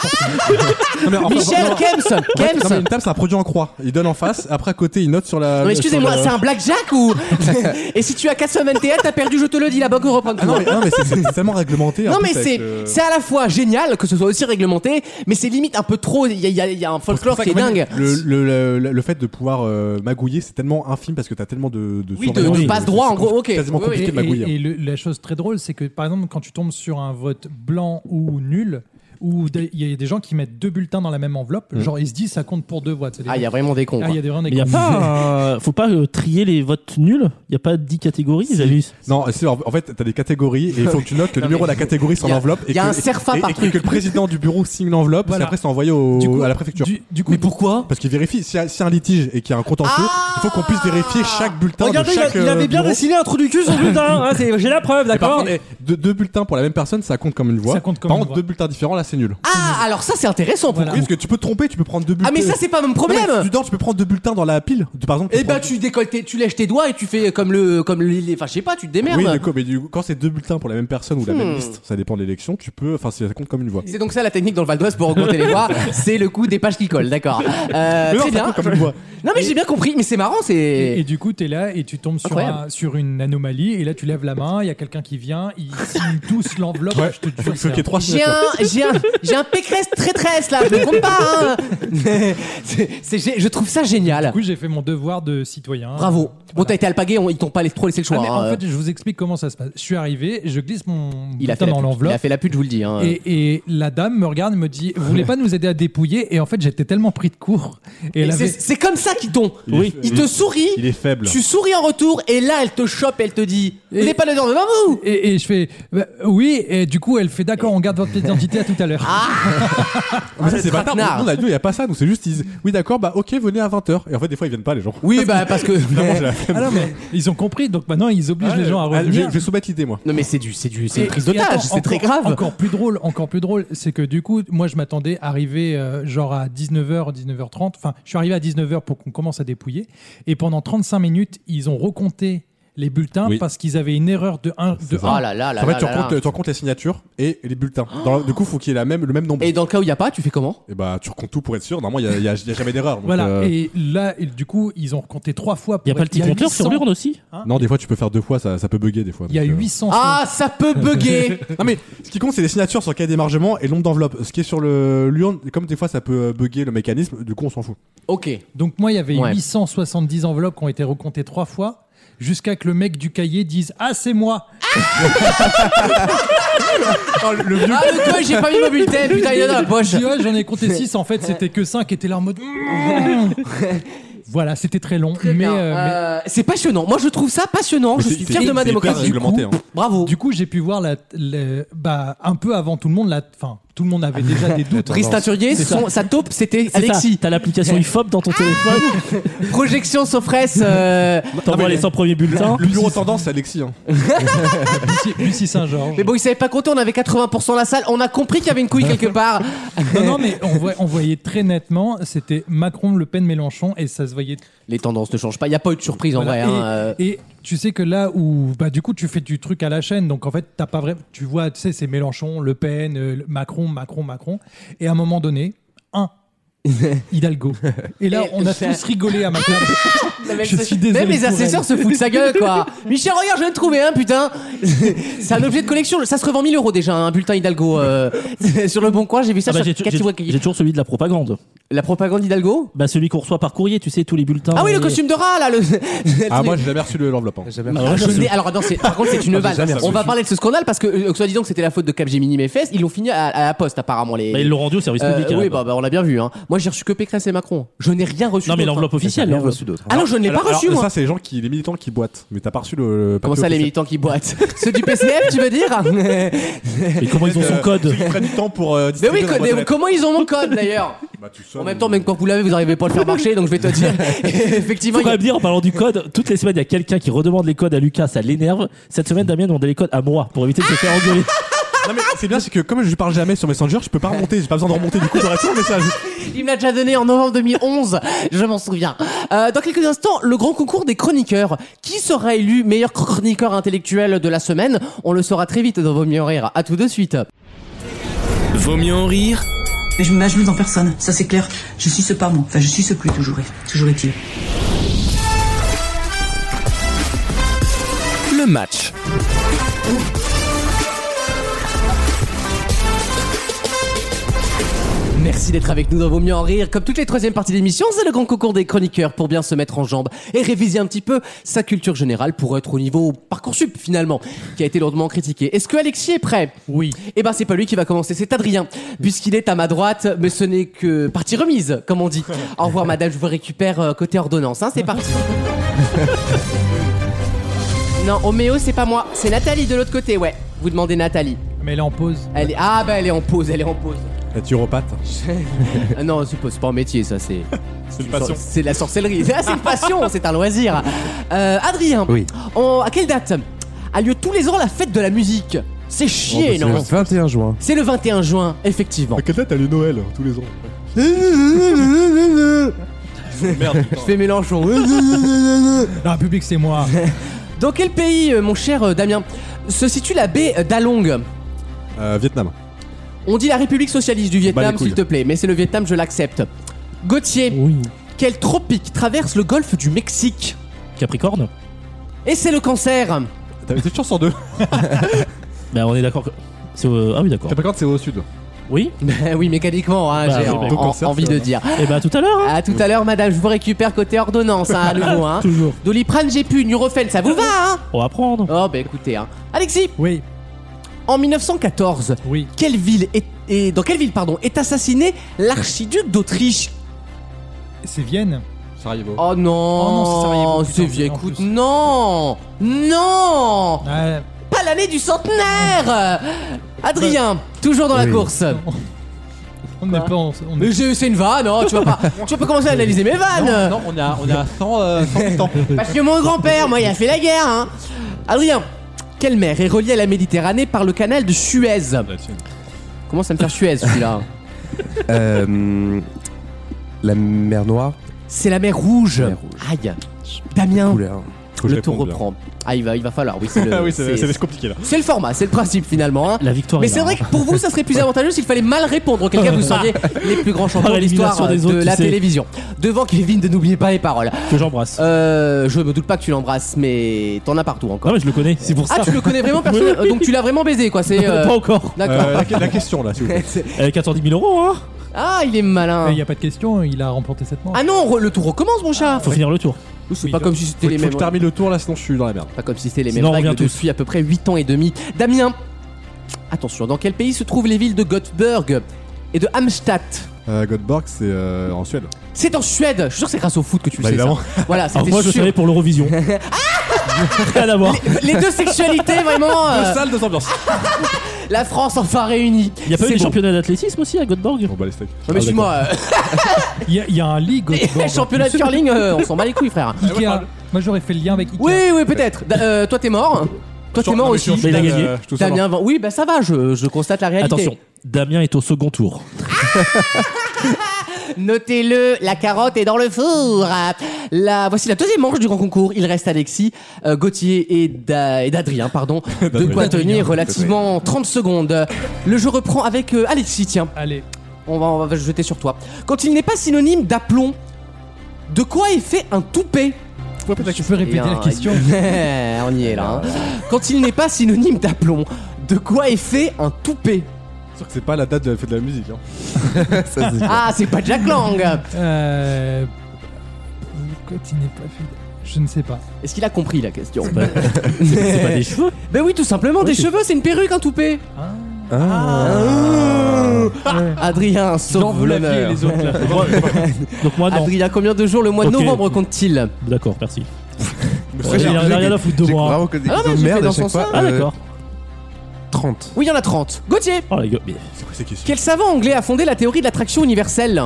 Speaker 7: Non, mais en fait,
Speaker 2: Michel
Speaker 7: non,
Speaker 2: Kemson,
Speaker 7: non, non, mais
Speaker 2: Kemson.
Speaker 7: une table, c'est un produit en croix. Il donne en face, après à côté, il note sur la.
Speaker 2: Non, mais excusez-moi,
Speaker 7: sur le-
Speaker 2: c'est un blackjack ou Et si tu as E 4 semaines théâtre, t'as perdu, je te le dis, la banque reprend
Speaker 7: Ah
Speaker 2: tout.
Speaker 7: non, mais, non, mais c'est- c'est tellement réglementé. en
Speaker 2: Non
Speaker 7: plus,
Speaker 2: mais
Speaker 7: avec euh,
Speaker 2: c'est
Speaker 7: le-
Speaker 2: c'est à la fois génial que ce soit aussi réglementé, mais c'est limite un peu trop. Il y, a- il y a- il y a un folklore
Speaker 7: C'est
Speaker 2: qui est
Speaker 7: pour ça que
Speaker 2: dingue.
Speaker 7: Le, le, le, le fait de pouvoir euh, magouiller, c'est tellement infime parce que t'as tellement de. de
Speaker 2: Oui, de,
Speaker 7: surveillance
Speaker 2: de
Speaker 7: que
Speaker 2: passe
Speaker 7: c'est
Speaker 2: droit en gros. Ok.
Speaker 7: quasiment
Speaker 2: Oui,
Speaker 7: compliqué
Speaker 2: oui.
Speaker 7: de magouiller.
Speaker 6: Et, et le- la chose très drôle, c'est que par exemple, quand tu tombes sur un vote blanc ou nul, où des- il y a des gens qui mettent deux bulletins dans la même enveloppe, genre ils se disent ça compte pour deux votes. C'est des-
Speaker 2: Ah, il y a vraiment des cons.
Speaker 6: Ah,
Speaker 2: quoi.
Speaker 6: il y a des
Speaker 3: Mais y a pas. un- Faut pas euh, trier les votes nuls. Y a pas 10 catégories, j'ai vu.
Speaker 7: Non, c'est- en en fait, t'as des catégories et il faut que tu notes le numéro de la catégorie sur
Speaker 2: y a-
Speaker 7: l'enveloppe. et
Speaker 2: y a
Speaker 7: que-
Speaker 2: un serfa
Speaker 7: et- et-
Speaker 2: par
Speaker 7: et
Speaker 2: truc.
Speaker 7: que le président du bureau signe l'enveloppe, parce
Speaker 6: Voilà.
Speaker 7: qu'après c'est envoyé au-
Speaker 6: Du coup-
Speaker 7: à la préfecture.
Speaker 6: Du, du coup,
Speaker 2: Mais pourquoi
Speaker 7: Parce qu'il vérifie, s'il y, a- s'il y a un litige et qu'il y a un contentieux, il faut qu'on puisse vérifier chaque bulletin de chaque euh, bureau.
Speaker 3: un trou du cul son bulletin. j'ai la preuve,
Speaker 7: Et par contre, eh, deux, deux bulletins pour la même personne, ça compte comme une voix.
Speaker 6: Ça compte comme
Speaker 7: par
Speaker 6: une
Speaker 7: contre,
Speaker 6: voix.
Speaker 7: deux bulletins différents, là c'est nul.
Speaker 2: Ah, alors ça c'est intéressant pour
Speaker 6: Voilà.
Speaker 7: Oui, parce que tu peux te tromper, tu peux prendre deux bulletins.
Speaker 2: Ah mais ça c'est pas mon
Speaker 7: Non, mais
Speaker 2: problème.
Speaker 7: tu- non, tu peux prendre deux bulletins dans la pile. Tu- Par exemple,
Speaker 2: Eh ben tu décolles, tes- tu lèches tes doigts et tu fais euh, comme le comme le enfin je sais pas, tu te démerdes.
Speaker 7: Oui, d'accord, mais du coup, quand c'est deux bulletins pour la même personne ou la même liste, ça dépend de l'élection, tu peux. Enfin, ça compte comme une voix.
Speaker 2: c'est donc ça la technique dans le Val d'Oise pour augmenter les voix, c'est le coup des pages qui collent, d'accord. Euh,
Speaker 7: Mais non,
Speaker 2: très
Speaker 7: ça
Speaker 2: bien.
Speaker 7: compte comme une voix.
Speaker 2: Non mais j'ai bien compris, mais c'est marrant,
Speaker 6: Et, et
Speaker 2: c'est
Speaker 6: du coup, tu es là et tu tombes sur,
Speaker 2: Incroyable.
Speaker 6: un- sur une anomalie. Et là, tu lèves la main, il y a quelqu'un qui vient, ils signent tous l'enveloppe.
Speaker 7: Ouais,
Speaker 6: je te
Speaker 7: faut
Speaker 6: jure.
Speaker 7: qu'il y ait trois
Speaker 2: j'ai
Speaker 7: signatures.
Speaker 2: un, j'ai un, j'ai un pécresse traîtresse là, je ne compte pas. hein. C'est- c'est gé- je trouve ça génial.
Speaker 6: Du coup, j'ai fait mon devoir de citoyen.
Speaker 2: Bravo. Bon, t'as été alpagué, on- ils t'ont pas laissé- trop laissé le
Speaker 6: Ah,
Speaker 2: choix.
Speaker 6: mais
Speaker 2: hein.
Speaker 6: en fait, je vous explique comment ça se passe. Je suis arrivé, je glisse mon
Speaker 2: il a fait la
Speaker 6: bulletin dans
Speaker 2: pute, il a
Speaker 6: l'enveloppe.
Speaker 2: fait la pute, je vous le dis. hein.
Speaker 6: Et, et la dame me regarde et me dit Vous voulez pas nous aider à dépouiller Et en fait, j'étais tellement pris de court. Et
Speaker 2: Et
Speaker 6: elle
Speaker 2: c'est
Speaker 6: avait.
Speaker 2: c'est comme ça qu'ils t'ont.
Speaker 7: Il est-
Speaker 3: Oui.
Speaker 2: Ils te sourient.
Speaker 7: Il est faible.
Speaker 2: Tu souris en retour et là elle te chope, elle te dit
Speaker 6: Et-
Speaker 2: n'est pas le devant vous.
Speaker 6: Et, et je fais Bah, Oui, et du coup, elle fait D'accord, on garde votre pièce d'identité à tout à l'heure.
Speaker 2: Ah.
Speaker 6: Ah,
Speaker 7: Mais ça, c'est bâtard.
Speaker 2: traquenard.
Speaker 7: Nous, on a dit, il y a pas ça. Nous, c'est juste, ils disent, oui, d'accord, bah, ok, venez à 20h. Et en fait, des fois, ils viennent pas, les gens.
Speaker 2: Oui bah parce que
Speaker 7: Vraiment, j'ai la flemme.
Speaker 6: Ah non, mais ils ont compris, donc maintenant, ils obligent les gens à
Speaker 7: Ah, je,
Speaker 6: revenir.
Speaker 7: je vais soumettre l'idée, moi.
Speaker 2: non mais c'est du c'est du c'est
Speaker 6: Et-
Speaker 2: une prise
Speaker 6: et attends,
Speaker 2: d'otage, c'est
Speaker 6: encore-
Speaker 2: très grave.
Speaker 6: Encore plus drôle, encore plus drôle, c'est que du coup, moi je m'attendais à arriver euh, genre à 19h, 19h30. Enfin, je suis arrivé à 19h pour qu'on commence à dépouiller. Et pendant 35 minutes, ils ont recompté les bulletins
Speaker 7: Oui.
Speaker 6: parce qu'ils avaient une erreur de 1.
Speaker 7: C'est
Speaker 6: De
Speaker 7: ça.
Speaker 2: Oh
Speaker 6: un.
Speaker 2: là là là
Speaker 7: en fait,
Speaker 2: là
Speaker 7: tu,
Speaker 2: là
Speaker 7: recomptes,
Speaker 2: là.
Speaker 7: tu recomptes les signatures et les bulletins. Dans le- du coup, faut qu'il y ait la même, le même nombre.
Speaker 2: Et
Speaker 7: Et,
Speaker 2: dans le cas où il y a pas, tu fais comment
Speaker 7: bah, tu recomptes tout pour être sûr. Normalement, il y a, il y a- il y a jamais d'erreur. donc,
Speaker 6: Voilà.
Speaker 7: euh,
Speaker 6: Et là, et du coup, ils ont recompté trois fois.
Speaker 3: Y
Speaker 6: Pour
Speaker 3: a pas le
Speaker 6: être-
Speaker 3: petit
Speaker 6: il y a
Speaker 3: compteur sur
Speaker 6: 800
Speaker 3: l'urne aussi
Speaker 7: Non, des fois, tu peux faire deux fois, ça, ça peut bugger des fois.
Speaker 6: Il y a
Speaker 7: donc, euh,
Speaker 6: 800.
Speaker 2: Ah ça peut bugger.
Speaker 7: Non mais ce qui compte c'est les signatures sur le cahier des margements et le nombre d'enveloppes. Ce qui est sur le l'urne, comme des fois ça peut euh, bugger le mécanisme, du coup on s'en fout.
Speaker 2: ok.
Speaker 6: Donc moi, il y avait
Speaker 2: Ouais.
Speaker 6: 870 enveloppes qui ont été recomptées trois fois jusqu'à que le mec du cahier dise Ah, c'est moi
Speaker 7: le vieux
Speaker 2: Ah le gars j'ai pas mis mon bulletin putain il est dans la poche.
Speaker 6: Je dis, ouais, j'en ai compté 6 en fait, c'était que 5 étaient là en mode Voilà, c'était très long mais,
Speaker 2: Bien.
Speaker 6: euh, mais-
Speaker 2: Euh, c'est passionnant. Moi je trouve ça passionnant. Je suis fier de ma démocratie.
Speaker 7: réglementé. Hein.
Speaker 2: Bravo.
Speaker 6: du coup, j'ai pu voir la, la- bah un peu avant tout le monde la enfin tout le monde avait déjà des
Speaker 7: Ah
Speaker 6: doutes.
Speaker 2: Brice Teinturier,
Speaker 3: C'est
Speaker 2: son- sa taupe, c'était
Speaker 3: C'est
Speaker 2: Alexis.
Speaker 3: ça, T'as l'application IFOP dans ton téléphone.
Speaker 2: Projection Sofres. euh,
Speaker 3: T'envoies les 100 premiers bulletins.
Speaker 7: Le bureau tendance c'est Alexis. Hein.
Speaker 6: Lucie, Lucie Saint-Georges.
Speaker 2: Mais bon, il savait pas compter, on avait 80% la salle, on a compris qu'il y avait une couille quelque part.
Speaker 6: Non non, mais on, voit- on voyait très nettement, c'était Macron, Le Pen, Mélenchon et ça se voyait
Speaker 2: Les tendances ne changent pas, il n'y a pas eu de surprise
Speaker 6: Voilà.
Speaker 2: en vrai.
Speaker 6: Et-
Speaker 2: hein, euh.
Speaker 6: et, tu sais que là où bah du coup tu fais du truc à la chaîne donc en fait t'as pas vraiment tu vois tu sais c'est Mélenchon, Le Pen, euh, Macron, Macron, Macron et à un moment donné un Hidalgo. Et là,
Speaker 2: Et
Speaker 6: on a
Speaker 2: c'est-
Speaker 6: tous rigolé à ma table. Je suis désolé
Speaker 2: Même les
Speaker 6: pour
Speaker 2: assesseurs
Speaker 6: elle.
Speaker 2: se foutent de sa gueule, quoi. Michel, regarde, je viens de trouver un, putain. C'est un objet de collection. Ça se revend 1000 euros déjà, hein, un bulletin Hidalgo. euh, sur le bon coin, j'ai vu ça
Speaker 3: Ah bah,
Speaker 2: sur
Speaker 3: j'ai j'ai-
Speaker 2: Cathy Wacky.
Speaker 3: j'ai toujours celui de la propagande.
Speaker 2: La propagande Hidalgo
Speaker 3: Bah, celui qu'on reçoit par courrier, tu sais, tous les bulletins.
Speaker 2: Ah oui, le
Speaker 3: euh,
Speaker 2: costume de rat, là. Le...
Speaker 7: Ah, moi, j'ai jamais reçu le- l'enveloppe. hein.
Speaker 5: J'avais
Speaker 3: Ah,
Speaker 2: Ah,
Speaker 3: ouais,
Speaker 2: je
Speaker 3: c'est-
Speaker 2: l'ai- alors non, c'est- par contre c'est une vanne.
Speaker 7: jamais reçu.
Speaker 2: On va parler de ce scandale parce que euh, soit disant que c'était la faute de Capgemini Méfès, ils l'ont fini à, à la poste apparemment les.
Speaker 3: bah, ils l'ont rendu au service
Speaker 2: Euh,
Speaker 3: public.
Speaker 2: oui,
Speaker 3: hein.
Speaker 2: bah, bah, on l'a bien vu. Hein. Moi j'ai reçu que Pécresse et Macron. Je n'ai rien reçu.
Speaker 3: non, mais
Speaker 2: d'autre,
Speaker 3: l'enveloppe
Speaker 2: hein.
Speaker 3: officielle.
Speaker 5: rien
Speaker 3: l'enveloppe.
Speaker 5: reçu d'autres.
Speaker 2: Ah non, je ne l'ai pas
Speaker 7: Alors-
Speaker 2: reçu
Speaker 7: alors,
Speaker 2: moi.
Speaker 7: Ça, c'est les gens qui, les militants qui boitent. Mais t'as pas reçu le. le
Speaker 2: Comment
Speaker 7: papier
Speaker 2: ça les
Speaker 7: officiel.
Speaker 2: militants qui boitent Ceux du PCF tu veux dire
Speaker 3: Et comment ils ont son
Speaker 7: Euh,
Speaker 3: code
Speaker 7: Ils prennent du temps pour. euh,
Speaker 2: Mais
Speaker 7: distribuer
Speaker 2: oui,
Speaker 7: dans la boîte aux lettres.
Speaker 2: comment ils ont mon code d'ailleurs
Speaker 7: Bah, tout seul,
Speaker 2: En même
Speaker 7: euh,
Speaker 2: temps, même quand vous l'avez, vous n'arrivez pas à le faire marcher, donc je vais te dire. Effectivement, il y
Speaker 3: Faut quand
Speaker 2: a-
Speaker 3: même dire en parlant du code, toutes les semaines il y a quelqu'un qui redemande les codes à Lucas, ça l'énerve. Cette semaine Damien demandait les codes à moi pour éviter de se faire engueuler.
Speaker 7: Non, mais c'est bien, c'est que comme je lui parle jamais sur Messenger, je peux pas remonter. J'ai pas besoin de remonter du coup, j'aurais tout le message.
Speaker 2: il me l'a déjà donné en novembre 2011, je m'en souviens. Euh, dans quelques instants, le grand concours des chroniqueurs. Qui sera élu meilleur chroniqueur intellectuel de la semaine On le saura très vite dans Vos mieux en rire. À tout de suite.
Speaker 1: Vaut mieux en rire
Speaker 9: Mais je ne m'agenouille en personne, ça c'est clair. Je suis ce pas moi. Enfin, je suis ce plus, toujours, est- toujours est-il.
Speaker 1: le match.
Speaker 2: Merci d'être avec nous dans Vos mieux en rire. Comme toutes les troisièmes parties d'émission, c'est le grand concours des chroniqueurs pour bien se mettre en jambe et réviser un petit peu sa culture générale pour être au niveau Parcoursup finalement, qui a été lourdement critiqué. Est-ce que Alexis est prêt
Speaker 6: Oui.
Speaker 2: Eh ben c'est pas lui qui va commencer, c'est Adrien, puisqu'il est à ma droite, mais ce n'est que partie remise, comme on dit. Au revoir madame, je vous récupère euh, côté ordonnance, hein, c'est parti. non, Homéo c'est pas moi, c'est Nathalie de l'autre côté, ouais. Vous demandez Nathalie.
Speaker 6: Mais elle est en pause.
Speaker 2: Elle est... Ah bah elle est en pause, elle est en pause.
Speaker 7: Eh, Naturopathe.
Speaker 2: Ah non, c'est pas, c'est pas un métier ça, c'est...
Speaker 7: C'est une passion.
Speaker 2: C'est de la sorcellerie. Ah, c'est une passion, c'est un loisir. Euh, Adrien,
Speaker 5: Oui.
Speaker 2: en- à quelle date a lieu tous les ans la fête de la musique C'est chier,
Speaker 5: Oh, bah,
Speaker 2: non
Speaker 5: c'est le 21 juin.
Speaker 2: C'est le 21 juin, effectivement.
Speaker 7: À quelle date t'as le Noël tous les ans Merde.
Speaker 2: Je fais Mélenchon.
Speaker 6: La République, c'est moi.
Speaker 2: Dans quel pays, euh, mon cher euh, Damien, se situe la baie euh, d'Along
Speaker 7: Euh, Vietnam.
Speaker 2: On dit la République socialiste du
Speaker 7: Bah,
Speaker 2: Vietnam,
Speaker 7: les couilles.
Speaker 2: s'il te plaît, mais c'est le Vietnam, je l'accepte. Gauthier,
Speaker 3: Oui.
Speaker 2: quel tropique traverse le golfe du Mexique
Speaker 3: Capricorne
Speaker 2: Et c'est le cancer
Speaker 7: T'avais cette chance en deux.
Speaker 3: Bah on est d'accord que. c'est au- Ah oui d'accord.
Speaker 7: T'as pas compte, c'est au sud.
Speaker 3: Oui
Speaker 2: Ben Oui, mécaniquement, hein,
Speaker 3: Bah,
Speaker 2: j'ai
Speaker 3: oui,
Speaker 2: en-
Speaker 3: bah,
Speaker 7: le
Speaker 2: en-
Speaker 7: cancer,
Speaker 2: envie
Speaker 7: c'est
Speaker 2: de
Speaker 7: vrai.
Speaker 2: dire.
Speaker 3: Et bah tout à l'heure hein.
Speaker 2: À tout à l'heure, madame, je vous récupère côté ordonnance, hein, à nouveau. Hein.
Speaker 3: Toujours.
Speaker 2: Doliprane, j'ai pu, Nurofen, ça vous va hein
Speaker 3: On va prendre.
Speaker 2: Oh, ben écoutez, hein. Alexis,
Speaker 6: Oui,
Speaker 2: en 1914,
Speaker 6: oui.
Speaker 2: quelle ville est, et dans quelle ville pardon est assassiné l'archiduc d'Autriche
Speaker 6: C'est Vienne.
Speaker 7: Sarajevo.
Speaker 2: Oh non,
Speaker 6: non, c'est Sarajevo, putain,
Speaker 2: c'est vieux.
Speaker 6: en plus.
Speaker 2: Écoute, non, non,
Speaker 6: Ouais.
Speaker 2: pas l'année du centenaire. Adrien, toujours dans la
Speaker 5: Oui.
Speaker 2: course.
Speaker 6: on n'est pas en. on
Speaker 2: Mais
Speaker 6: est-
Speaker 2: j'ai- c'est une vanne, oh, tu vas pas, tu vas pas commencer à analyser mes vannes.
Speaker 4: Non, on a, on a 100, euh, 100 temps.
Speaker 2: Parce que mon grand-père, moi, il a fait la guerre. Hein. Adrien, quelle mer est reliée à la Méditerranée par le canal de Suez Comment ça me faire Suez celui-là
Speaker 5: Euh, la mer Noire.
Speaker 2: C'est la mer rouge.
Speaker 5: La mer Rouge.
Speaker 2: Aïe, Damien.
Speaker 5: Couleur.
Speaker 7: Faut que je
Speaker 2: le tour
Speaker 7: réponde bien.
Speaker 2: reprend. Ah, il va, il va falloir. Oui, c'est le,
Speaker 7: Ah oui, c'est
Speaker 2: c'est-
Speaker 7: c'est compliqué là.
Speaker 2: c'est le format, c'est le principe finalement. hein.
Speaker 3: La victoire.
Speaker 2: Mais
Speaker 3: est
Speaker 2: c'est
Speaker 3: là,
Speaker 2: vrai
Speaker 3: hein.
Speaker 2: que pour vous, ça serait plus avantageux s'il fallait mal répondre. Quelqu'un vous seriez les plus grands champions
Speaker 3: Par
Speaker 2: de l'histoire
Speaker 3: élimination des
Speaker 2: de
Speaker 3: autres,
Speaker 2: la
Speaker 3: tu sais.
Speaker 2: télévision. Devant Kevin, de n'oubliez pas les paroles.
Speaker 3: que j'embrasse.
Speaker 2: Euh, je me doute pas que tu l'embrasses, mais t'en as partout encore.
Speaker 3: Non mais je le connais, c'est pour ça.
Speaker 2: Ah, tu le connais vraiment
Speaker 3: Oui,
Speaker 2: personne
Speaker 3: oui.
Speaker 2: Donc tu l'as vraiment baisé, quoi. C'est. euh,
Speaker 3: Pas encore.
Speaker 2: D'accord.
Speaker 7: Euh, la, la question là, s'il vous plaît.
Speaker 3: Avec 410 000 euros hein.
Speaker 2: Ah, il est
Speaker 6: Il
Speaker 2: malin.
Speaker 6: n'y a pas de question, il a remporté cette manche.
Speaker 2: Ah non, re- le tour recommence, mon chat.
Speaker 3: Ah, Faut finir le tour.
Speaker 2: Oui, c'est
Speaker 6: Oui,
Speaker 2: pas
Speaker 6: donc,
Speaker 2: comme si c'était
Speaker 7: Faut,
Speaker 2: les
Speaker 7: faut que
Speaker 2: mêmes.
Speaker 7: je termine le tour là, sinon je suis dans la merde.
Speaker 2: Pas comme si c'était les mêmes
Speaker 3: Sinon, on
Speaker 2: règles
Speaker 3: revient tous.
Speaker 2: depuis à peu près 8 ans et demi. Damien, attention, dans quel pays se trouvent les villes de Göteborg et de Amstadt
Speaker 7: Euh, Göteborg, c'est euh, en Suède.
Speaker 2: C'est en Suède. Je suis sûr que c'est grâce au foot que tu le
Speaker 7: Bah,
Speaker 2: sais.
Speaker 7: évidemment.
Speaker 2: ça. Voilà,
Speaker 3: Alors
Speaker 2: c'était
Speaker 3: que Ah, moi je
Speaker 2: sûr.
Speaker 3: savais pour l'Eurovision. Rien à voir.
Speaker 2: Les deux sexualités, vraiment. euh,
Speaker 7: Salle, deux ambiances.
Speaker 2: la France enfin réunie.
Speaker 3: Il y a pas eu
Speaker 2: C'est
Speaker 3: des
Speaker 2: beau.
Speaker 3: championnats d'athlétisme aussi à Göteborg
Speaker 7: On bat les steaks.
Speaker 2: Non, mais suis-moi, Ah.
Speaker 6: Il y, a- il y a un league.
Speaker 2: euh, championnat de curling, euh, on s'en bat les couilles, frère.
Speaker 6: Moi, j'aurais fait le lien avec Ikea.
Speaker 2: Oui, oui, peut-être. Da- euh, toi, t'es mort. Toi, t'es mort aussi.
Speaker 3: Mais il a
Speaker 7: Euh,
Speaker 3: gagné.
Speaker 7: je touche à
Speaker 2: Damien, va- oui, bah ça va, je, je constate la réalité.
Speaker 3: Attention, Damien est au second tour.
Speaker 2: Notez-le, la carotte est dans le four. La, voici la deuxième manche du grand concours. Il reste Alexis, euh, Gauthier et Da- et d'Adrien, pardon, de quoi tenir relativement 30 secondes. Le jeu reprend avec euh, Alexis, tiens.
Speaker 6: Allez,
Speaker 2: On va, on va jeter sur toi. Quand il n'est pas synonyme d'aplomb, de quoi est fait un toupet
Speaker 6: Tu peux répéter
Speaker 2: Et
Speaker 6: la
Speaker 2: un-
Speaker 6: question
Speaker 2: On y est là. hein. Quand il n'est pas synonyme d'aplomb, de quoi est fait un toupet
Speaker 7: sûr que c'est pas la date de la fête de la musique. Hein.
Speaker 5: Ça, c'est-
Speaker 2: Ah, c'est pas Jack Lang
Speaker 6: Euh, pourquoi tu n'es pas fait Je ne sais pas.
Speaker 2: Est-ce qu'il a compris la question
Speaker 3: C'est pas des cheveux.
Speaker 2: Ben oui, tout simplement, des cheveux, c'est une perruque, un toupet
Speaker 6: Hein
Speaker 5: Ah.
Speaker 2: Adrien, sauve l'honneur.
Speaker 3: les autres. là. Donc moi non.
Speaker 2: Adrien, combien de jours le mois de
Speaker 3: Ok.
Speaker 2: novembre compte-t-il
Speaker 3: D'accord, merci.
Speaker 5: Ouais,
Speaker 3: Il a il a rien à foutre de
Speaker 5: J'ai
Speaker 3: moi.
Speaker 5: vraiment que des
Speaker 2: Ah non,
Speaker 5: questions
Speaker 2: mais je
Speaker 5: de
Speaker 2: fais
Speaker 5: merde
Speaker 2: dans
Speaker 5: à
Speaker 2: son
Speaker 5: chaque fois.
Speaker 3: Ah
Speaker 5: Euh,
Speaker 3: d'accord.
Speaker 5: 30.
Speaker 2: Oui, il y en a 30. Gauthier
Speaker 3: Oh les gars, mais
Speaker 7: C'est quoi ces questions
Speaker 2: Quel savant anglais a fondé la théorie de l'attraction universelle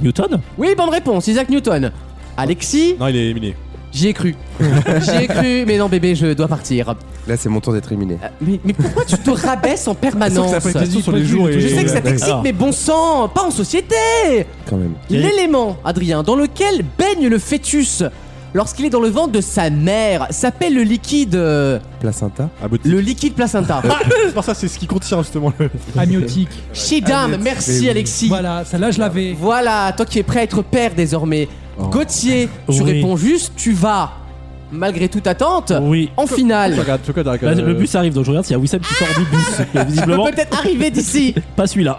Speaker 3: Newton
Speaker 2: Oui, bonne réponse, Isaac Newton. Alexis,
Speaker 7: Non, il est éliminé.
Speaker 2: j'y ai cru. J'y ai cru, mais non bébé, je dois partir.
Speaker 5: Là, c'est mon tour d'être éliminé.
Speaker 2: Euh, Mais, mais pourquoi tu te rabaisses en permanence
Speaker 7: Ça fait une question sur
Speaker 6: pas
Speaker 7: les
Speaker 6: vu,
Speaker 7: jours
Speaker 6: le
Speaker 7: et.
Speaker 2: Je sais que ça t'excite,
Speaker 3: Alors.
Speaker 2: mais bon sang, pas en société
Speaker 5: Quand même.
Speaker 3: Quel-
Speaker 2: L'élément, Adrien, dans lequel baigne le fœtus lorsqu'il est dans le ventre de sa mère s'appelle le liquide... euh,
Speaker 5: Placenta.
Speaker 2: le liquide placenta.
Speaker 7: Ah, C'est pour ça, c'est ce qui contient justement le.
Speaker 6: Amniotique.
Speaker 2: Chez dame,
Speaker 5: Adrien,
Speaker 2: merci
Speaker 5: oui.
Speaker 2: Alexis. Voilà.
Speaker 6: Voilà, celle-là, je l'avais.
Speaker 2: toi qui es prêt à être père désormais.
Speaker 5: Oh.
Speaker 2: Gauthier, tu
Speaker 3: Oui.
Speaker 2: réponds juste, tu vas, malgré toute attente,
Speaker 3: Ah, Oui.
Speaker 2: en finale.
Speaker 7: Regarde, tu regardes.
Speaker 3: Là, Bah, le bus arrive, donc je regarde s'il y a Wissam qui sort du bus. Mais
Speaker 2: Tu peux
Speaker 3: visiblement,
Speaker 2: peut-être arriver d'ici.
Speaker 3: pas celui-là.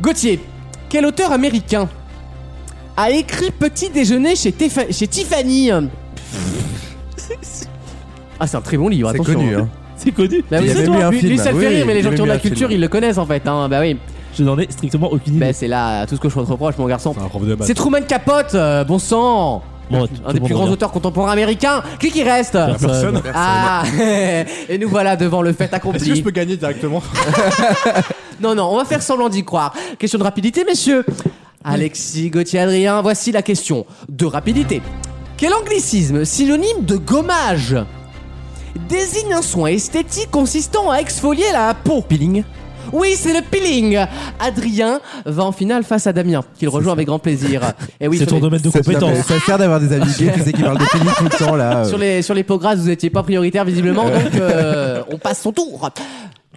Speaker 2: Gauthier, quel auteur américain a écrit Petit déjeuner chez, Téfa- chez Tiffany Ah, c'est un très bon livre,
Speaker 5: C'est
Speaker 2: attention.
Speaker 5: connu, hein.
Speaker 3: C'est connu.
Speaker 2: Bah,
Speaker 5: Il
Speaker 2: oui,
Speaker 5: y
Speaker 2: c'est
Speaker 5: avait
Speaker 2: toi.
Speaker 5: eu un
Speaker 2: lui,
Speaker 5: film,
Speaker 2: lui, ça le fait
Speaker 5: oui,
Speaker 2: rire, mais les
Speaker 5: il
Speaker 2: gens
Speaker 5: y
Speaker 2: qui ont
Speaker 5: avait
Speaker 2: de la
Speaker 5: eu un film.
Speaker 2: culture, ils le connaissent en fait. Hein. Bah oui,
Speaker 3: Je n'en ai strictement aucune idée.
Speaker 2: bah, c'est là tout ce que je te reproche, mon garçon.
Speaker 7: C'est un prof de maths.
Speaker 2: C'est Truman Capote, euh, bon sang
Speaker 3: Bon, tout
Speaker 2: Un
Speaker 3: le
Speaker 2: des
Speaker 3: monde
Speaker 2: plus grands
Speaker 3: regarde.
Speaker 2: auteurs contemporains américains Qui qui reste
Speaker 3: Personne.
Speaker 2: Ah Et nous voilà devant le fait accompli.
Speaker 7: Est-ce que je peux gagner directement
Speaker 5: Ah,
Speaker 2: Non, non, on va faire semblant d'y croire. Question de rapidité, messieurs. Alexis, Gauthier, Adrien, voici la question de rapidité. Quel anglicisme, synonyme de gommage, désigne un soin esthétique consistant à exfolier la peau Peeling oui, c'est le peeling. Adrien va en finale face à Damien, qu'il rejoint avec grand plaisir. Et oui,
Speaker 3: C'est
Speaker 2: sur
Speaker 3: ton
Speaker 2: les-
Speaker 3: domaine de
Speaker 5: Ça- non, mais
Speaker 3: compétence.
Speaker 5: Ça sert d'avoir des amis gays, tu sais, qui parlent de pénis tout le temps, là. euh.
Speaker 2: Sur les, sur les peaux grasses, vous n'étiez pas prioritaire visiblement, donc euh, on passe son tour.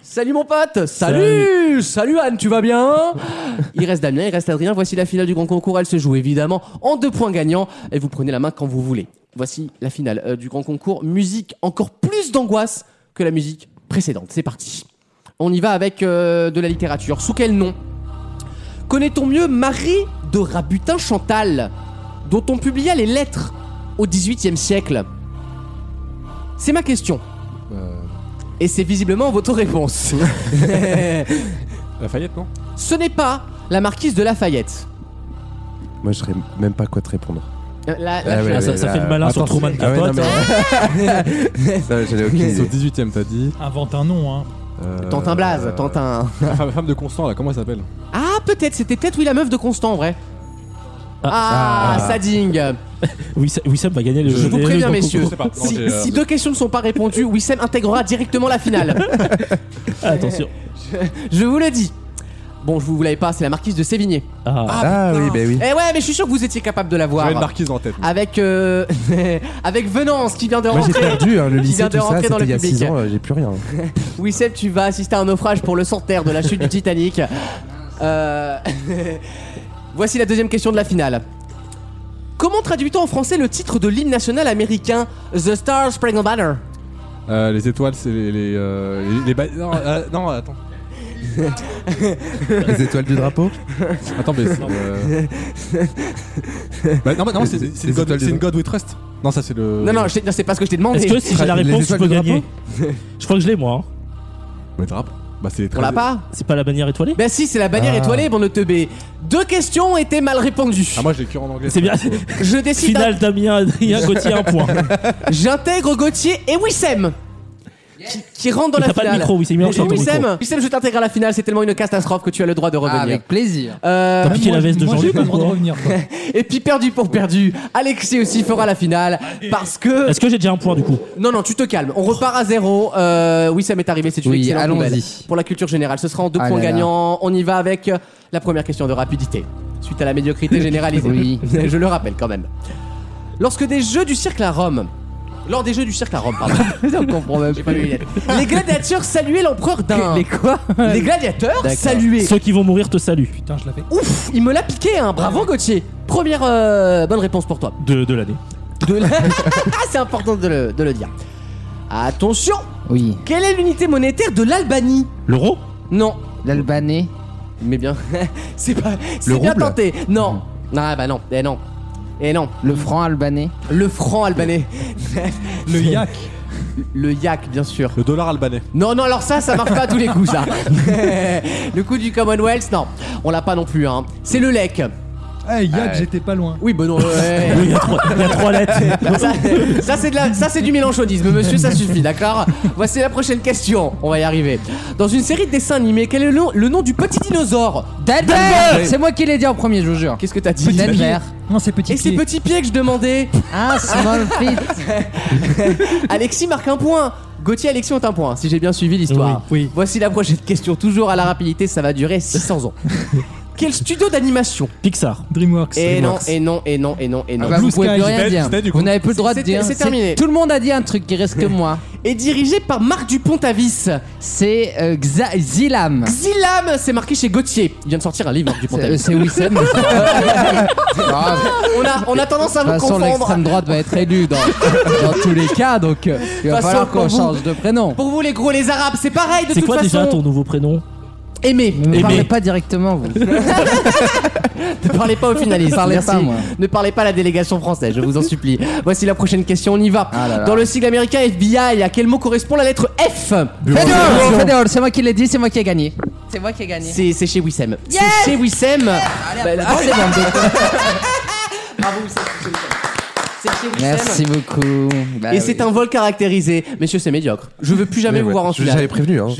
Speaker 2: Salut mon pote Salut Salut Anne, tu vas bien Il reste Damien, il reste Adrien, voici la finale du grand concours, elle se joue évidemment en deux points gagnants, et vous prenez la main quand vous voulez. Voici la finale euh, du grand concours, musique encore plus d'angoisse que la musique précédente. C'est parti On y va avec euh, de la littérature. Sous quel nom Connaît-on mieux Marie de Rabutin Chantal, dont on publia les lettres au XVIIIe siècle C'est ma question.
Speaker 5: Euh,
Speaker 2: Et c'est visiblement votre réponse.
Speaker 7: La Fayette, non
Speaker 2: Ce n'est pas la marquise de Lafayette.
Speaker 5: Moi, je saurais même pas quoi te répondre.
Speaker 2: Euh, La,
Speaker 5: Ah
Speaker 2: la-
Speaker 5: ouais,
Speaker 3: Ah, ça,
Speaker 5: ouais,
Speaker 3: ça
Speaker 5: là,
Speaker 3: fait le malin sur
Speaker 7: attends,
Speaker 3: Truman
Speaker 7: c'est-
Speaker 5: Ah ouais, non,
Speaker 3: Capote.
Speaker 5: mais. Non, J'avais aucune
Speaker 7: C'est au
Speaker 5: idée.
Speaker 7: 18ème, t'as dit.
Speaker 6: Invente un nom, hein.
Speaker 5: Euh,
Speaker 2: Tente un blaze, tente un.
Speaker 7: La femme femme de Constant, là, comment elle s'appelle
Speaker 2: Ah, peut-être, c'était peut-être oui la meuf de Constant en vrai. Ah, ça digne.
Speaker 3: Wissam Wissam va gagner le
Speaker 2: Je vous
Speaker 3: le-
Speaker 2: préviens,
Speaker 3: le-
Speaker 2: messieurs.
Speaker 7: sais pas. Non,
Speaker 2: Si,
Speaker 7: j'ai, euh,
Speaker 2: si deux questions ne sont pas répondues, Wissem intégrera directement la finale.
Speaker 3: Ah, attention.
Speaker 2: Je vous le dis. Bon, je vous vous l'avez pas, c'est la marquise de Sévigné.
Speaker 3: Ah,
Speaker 5: Ah oui, bah oui.
Speaker 2: Eh ouais, mais je suis sûr que vous étiez capable de la voir.
Speaker 7: J'avais une marquise en tête.
Speaker 2: Avec euh, avec Venance qui vient de
Speaker 5: Moi, j'ai
Speaker 2: rentrer.
Speaker 5: perdu hein, le
Speaker 2: Qui vient
Speaker 5: lycée,
Speaker 2: de
Speaker 5: tout ça.
Speaker 2: rentrer dans
Speaker 5: C'était
Speaker 2: le
Speaker 5: il y a
Speaker 2: public.
Speaker 5: 6 ans, euh, j'ai plus rien.
Speaker 2: Oui, Seb, tu vas assister à un naufrage pour le centenaire de la chute du Titanic. Euh, Voici la deuxième question de la finale. Comment traduit-on en français le titre de l'hymne national américain The Star Spangled Banner
Speaker 7: Euh, les étoiles, c'est les. les, euh, les- les ba- non, euh, non, attends.
Speaker 5: Les étoiles du drapeau
Speaker 7: Attends, mais. c'est, euh, bah, non, mais non, c'est
Speaker 5: Les-
Speaker 7: c'est
Speaker 5: les
Speaker 7: une, God-
Speaker 5: étoiles
Speaker 7: c'est
Speaker 5: du
Speaker 7: une God We Trust. Non, ça, c'est le.
Speaker 2: Non, non, je t'ai- non, c'est pas ce que je t'ai demandé.
Speaker 3: Est-ce que si j'ai la
Speaker 5: les
Speaker 3: réponse, je
Speaker 5: étoiles
Speaker 3: peux
Speaker 5: du
Speaker 3: gagner Je crois que je l'ai, moi. hein.
Speaker 7: Le drap. Bah, c'est les
Speaker 2: On l'a
Speaker 7: treize-
Speaker 2: pas
Speaker 3: C'est pas la bannière étoilée
Speaker 2: Bah si, c'est la bannière
Speaker 5: Ah.
Speaker 2: étoilée, bon de teubé. Deux questions étaient mal répondues.
Speaker 7: Ah, moi, j'ai que en anglais.
Speaker 3: C'est bien.
Speaker 2: Je décide,
Speaker 3: Finale, Damien, Adrien, Gauthier, un point.
Speaker 2: j'intègre Gauthier et Wissem qui, qui rentrent dans
Speaker 3: Mais
Speaker 2: la
Speaker 3: T'as pas de
Speaker 2: finale.
Speaker 3: micro, Wissam, il est en
Speaker 2: Et
Speaker 3: sortant du micro. Ah,
Speaker 2: Wissem, Wissem, je t'intègre à la finale, c'est tellement une catastrophe que tu as le droit de revenir.
Speaker 10: Avec plaisir.
Speaker 2: Euh,
Speaker 3: T'as piqué
Speaker 6: Moi,
Speaker 3: la veste de
Speaker 6: moi, j'ai
Speaker 3: Jean-Luc
Speaker 6: pas le droit de
Speaker 3: quoi
Speaker 6: revenir. quoi.
Speaker 2: Et puis perdu pour perdu, Alexis aussi fera la finale parce que
Speaker 3: Est-ce que j'ai déjà un point du coup
Speaker 2: non non tu te calmes, on repart à zéro. Euh, oui ça m'est arrivé, c'est une
Speaker 10: Oui,
Speaker 2: excellente
Speaker 10: allons-y.
Speaker 2: nouvelle pour la culture générale. Ce sera en deux
Speaker 10: Ah
Speaker 2: points
Speaker 10: là là.
Speaker 2: gagnants. On y va avec euh, la première question de rapidité suite à la médiocrité généralisée.
Speaker 10: Oui.
Speaker 2: je le rappelle quand même. Lorsque des jeux du cirque à Rome Lors des Jeux du cirque à Rome, pardon. J'ai pas lu les lettres. Les gladiateurs saluaient l'empereur d'un.
Speaker 10: Les quoi
Speaker 2: Les gladiateurs saluaient.
Speaker 3: Ceux qui vont mourir te saluent.
Speaker 6: Putain, je l'avais.
Speaker 2: Ouf, il me l'a piqué, hein. Bravo, Gauthier. Première euh, bonne réponse pour toi.
Speaker 3: De, de l'année.
Speaker 2: De la- Ah, C'est important de le, de le dire. Attention,
Speaker 10: Oui.
Speaker 2: quelle est l'unité monétaire de l'Albanie
Speaker 3: L'euro
Speaker 2: Non,
Speaker 10: L'Albanais.
Speaker 2: mais bien, c'est pas, c'est bien
Speaker 5: rouble
Speaker 2: tenté. Non, ah bah non, eh non, eh non.
Speaker 10: Le franc albanais.
Speaker 2: Le franc albanais,
Speaker 6: Le yak.
Speaker 2: le yak bien sûr.
Speaker 7: Le dollar albanais.
Speaker 2: Non, non, alors ça, ça marche pas à tous les coups, ça. le coup du Commonwealth, non, on l'a pas non plus. Hein. C'est le lec.
Speaker 6: Eh, yak,
Speaker 5: Ouais.
Speaker 6: j'étais pas loin.
Speaker 2: Oui, bon non. ouais.
Speaker 3: Oui, il y a trois- il y a trois lettres.
Speaker 2: Bah, Ça, ça, c'est de la- ça, c'est du mélanchonisme, monsieur, ça suffit, d'accord Voici la prochaine question, on va y arriver. Dans une série de dessins animés, quel est le nom, le nom du petit dinosaure
Speaker 10: Denver C'est moi qui l'ai dit en premier, je vous jure.
Speaker 2: Qu'est-ce que t'as dit
Speaker 10: Denver.
Speaker 6: Non, c'est petit.
Speaker 2: Et c'est
Speaker 6: pied.
Speaker 2: petit pied que je demandais
Speaker 10: Ah, small feet.
Speaker 2: Alexis marque un point Gauthier et Alexis ont un point, si j'ai bien suivi l'histoire.
Speaker 6: Oui, oui.
Speaker 2: Voici la prochaine question, toujours à la rapidité, ça va durer 600 ans. Quel studio d'animation
Speaker 3: Pixar.
Speaker 6: Dreamworks.
Speaker 2: Et non,
Speaker 6: Dreamworks.
Speaker 2: et non, et non, et non, et non.
Speaker 10: Ah bah, vous
Speaker 6: Blue
Speaker 10: pouvez
Speaker 6: Sky.
Speaker 10: plus
Speaker 7: C'était-
Speaker 10: rien
Speaker 7: c'était du
Speaker 10: dire.
Speaker 7: coup.
Speaker 10: Vous n'avez plus le droit de
Speaker 2: C'était-
Speaker 10: dire.
Speaker 2: c'est terminé.
Speaker 10: Tout le monde a dit un truc, il reste que moi.
Speaker 2: Et dirigé par Marc Dupont-Avis.
Speaker 10: C'est euh, Xa- Zilam.
Speaker 2: Xilam, c'est marqué chez Gauthier. Il vient de sortir un livre, Marc
Speaker 10: C'est euh,
Speaker 2: Dupont-Avis.
Speaker 10: c'est Wissem. Ah,
Speaker 2: On a, on a tendance à
Speaker 10: De
Speaker 2: vous
Speaker 10: toute façon,
Speaker 2: confondre.
Speaker 10: l'extrême droite va être élue dans, dans tous les cas, donc euh, il va
Speaker 2: Façon,
Speaker 10: falloir qu'on
Speaker 2: pour vous-
Speaker 10: change de prénom.
Speaker 2: Pour vous les gros, les arabes, c'est pareil de
Speaker 3: C'est
Speaker 2: toute
Speaker 3: quoi
Speaker 2: façon.
Speaker 3: déjà ton nouveau prénom
Speaker 2: Aimez,
Speaker 10: Vous ne
Speaker 3: Aimé.
Speaker 10: parlez pas directement, vous.
Speaker 2: ne parlez pas aux finalistes.
Speaker 10: Ne parlez
Speaker 2: Merci.
Speaker 10: pas, moi.
Speaker 2: Ne parlez pas à la délégation française, je vous en supplie. Voici la prochaine question, on y va.
Speaker 10: Ah là là.
Speaker 2: Dans le sigle américain FBI, à quel mot correspond la lettre F
Speaker 10: Fedor, Fedor, Oh, c'est moi qui l'ai dit, c'est moi qui ai gagné. C'est moi qui ai gagné.
Speaker 2: C'est c'est chez Wissem. c'est chez Wissem. Bah, là- Bravo, Wissem, c'est chez Wissem. C'est chez Wissem.
Speaker 10: Merci beaucoup. Bah
Speaker 2: Et
Speaker 10: oui.
Speaker 2: c'est un vol caractérisé. Messieurs, c'est médiocre. Je veux plus jamais
Speaker 5: Mais
Speaker 2: vous
Speaker 5: ouais,
Speaker 2: voir en
Speaker 5: je-
Speaker 2: finale.
Speaker 5: J'avais prévenu. Hein.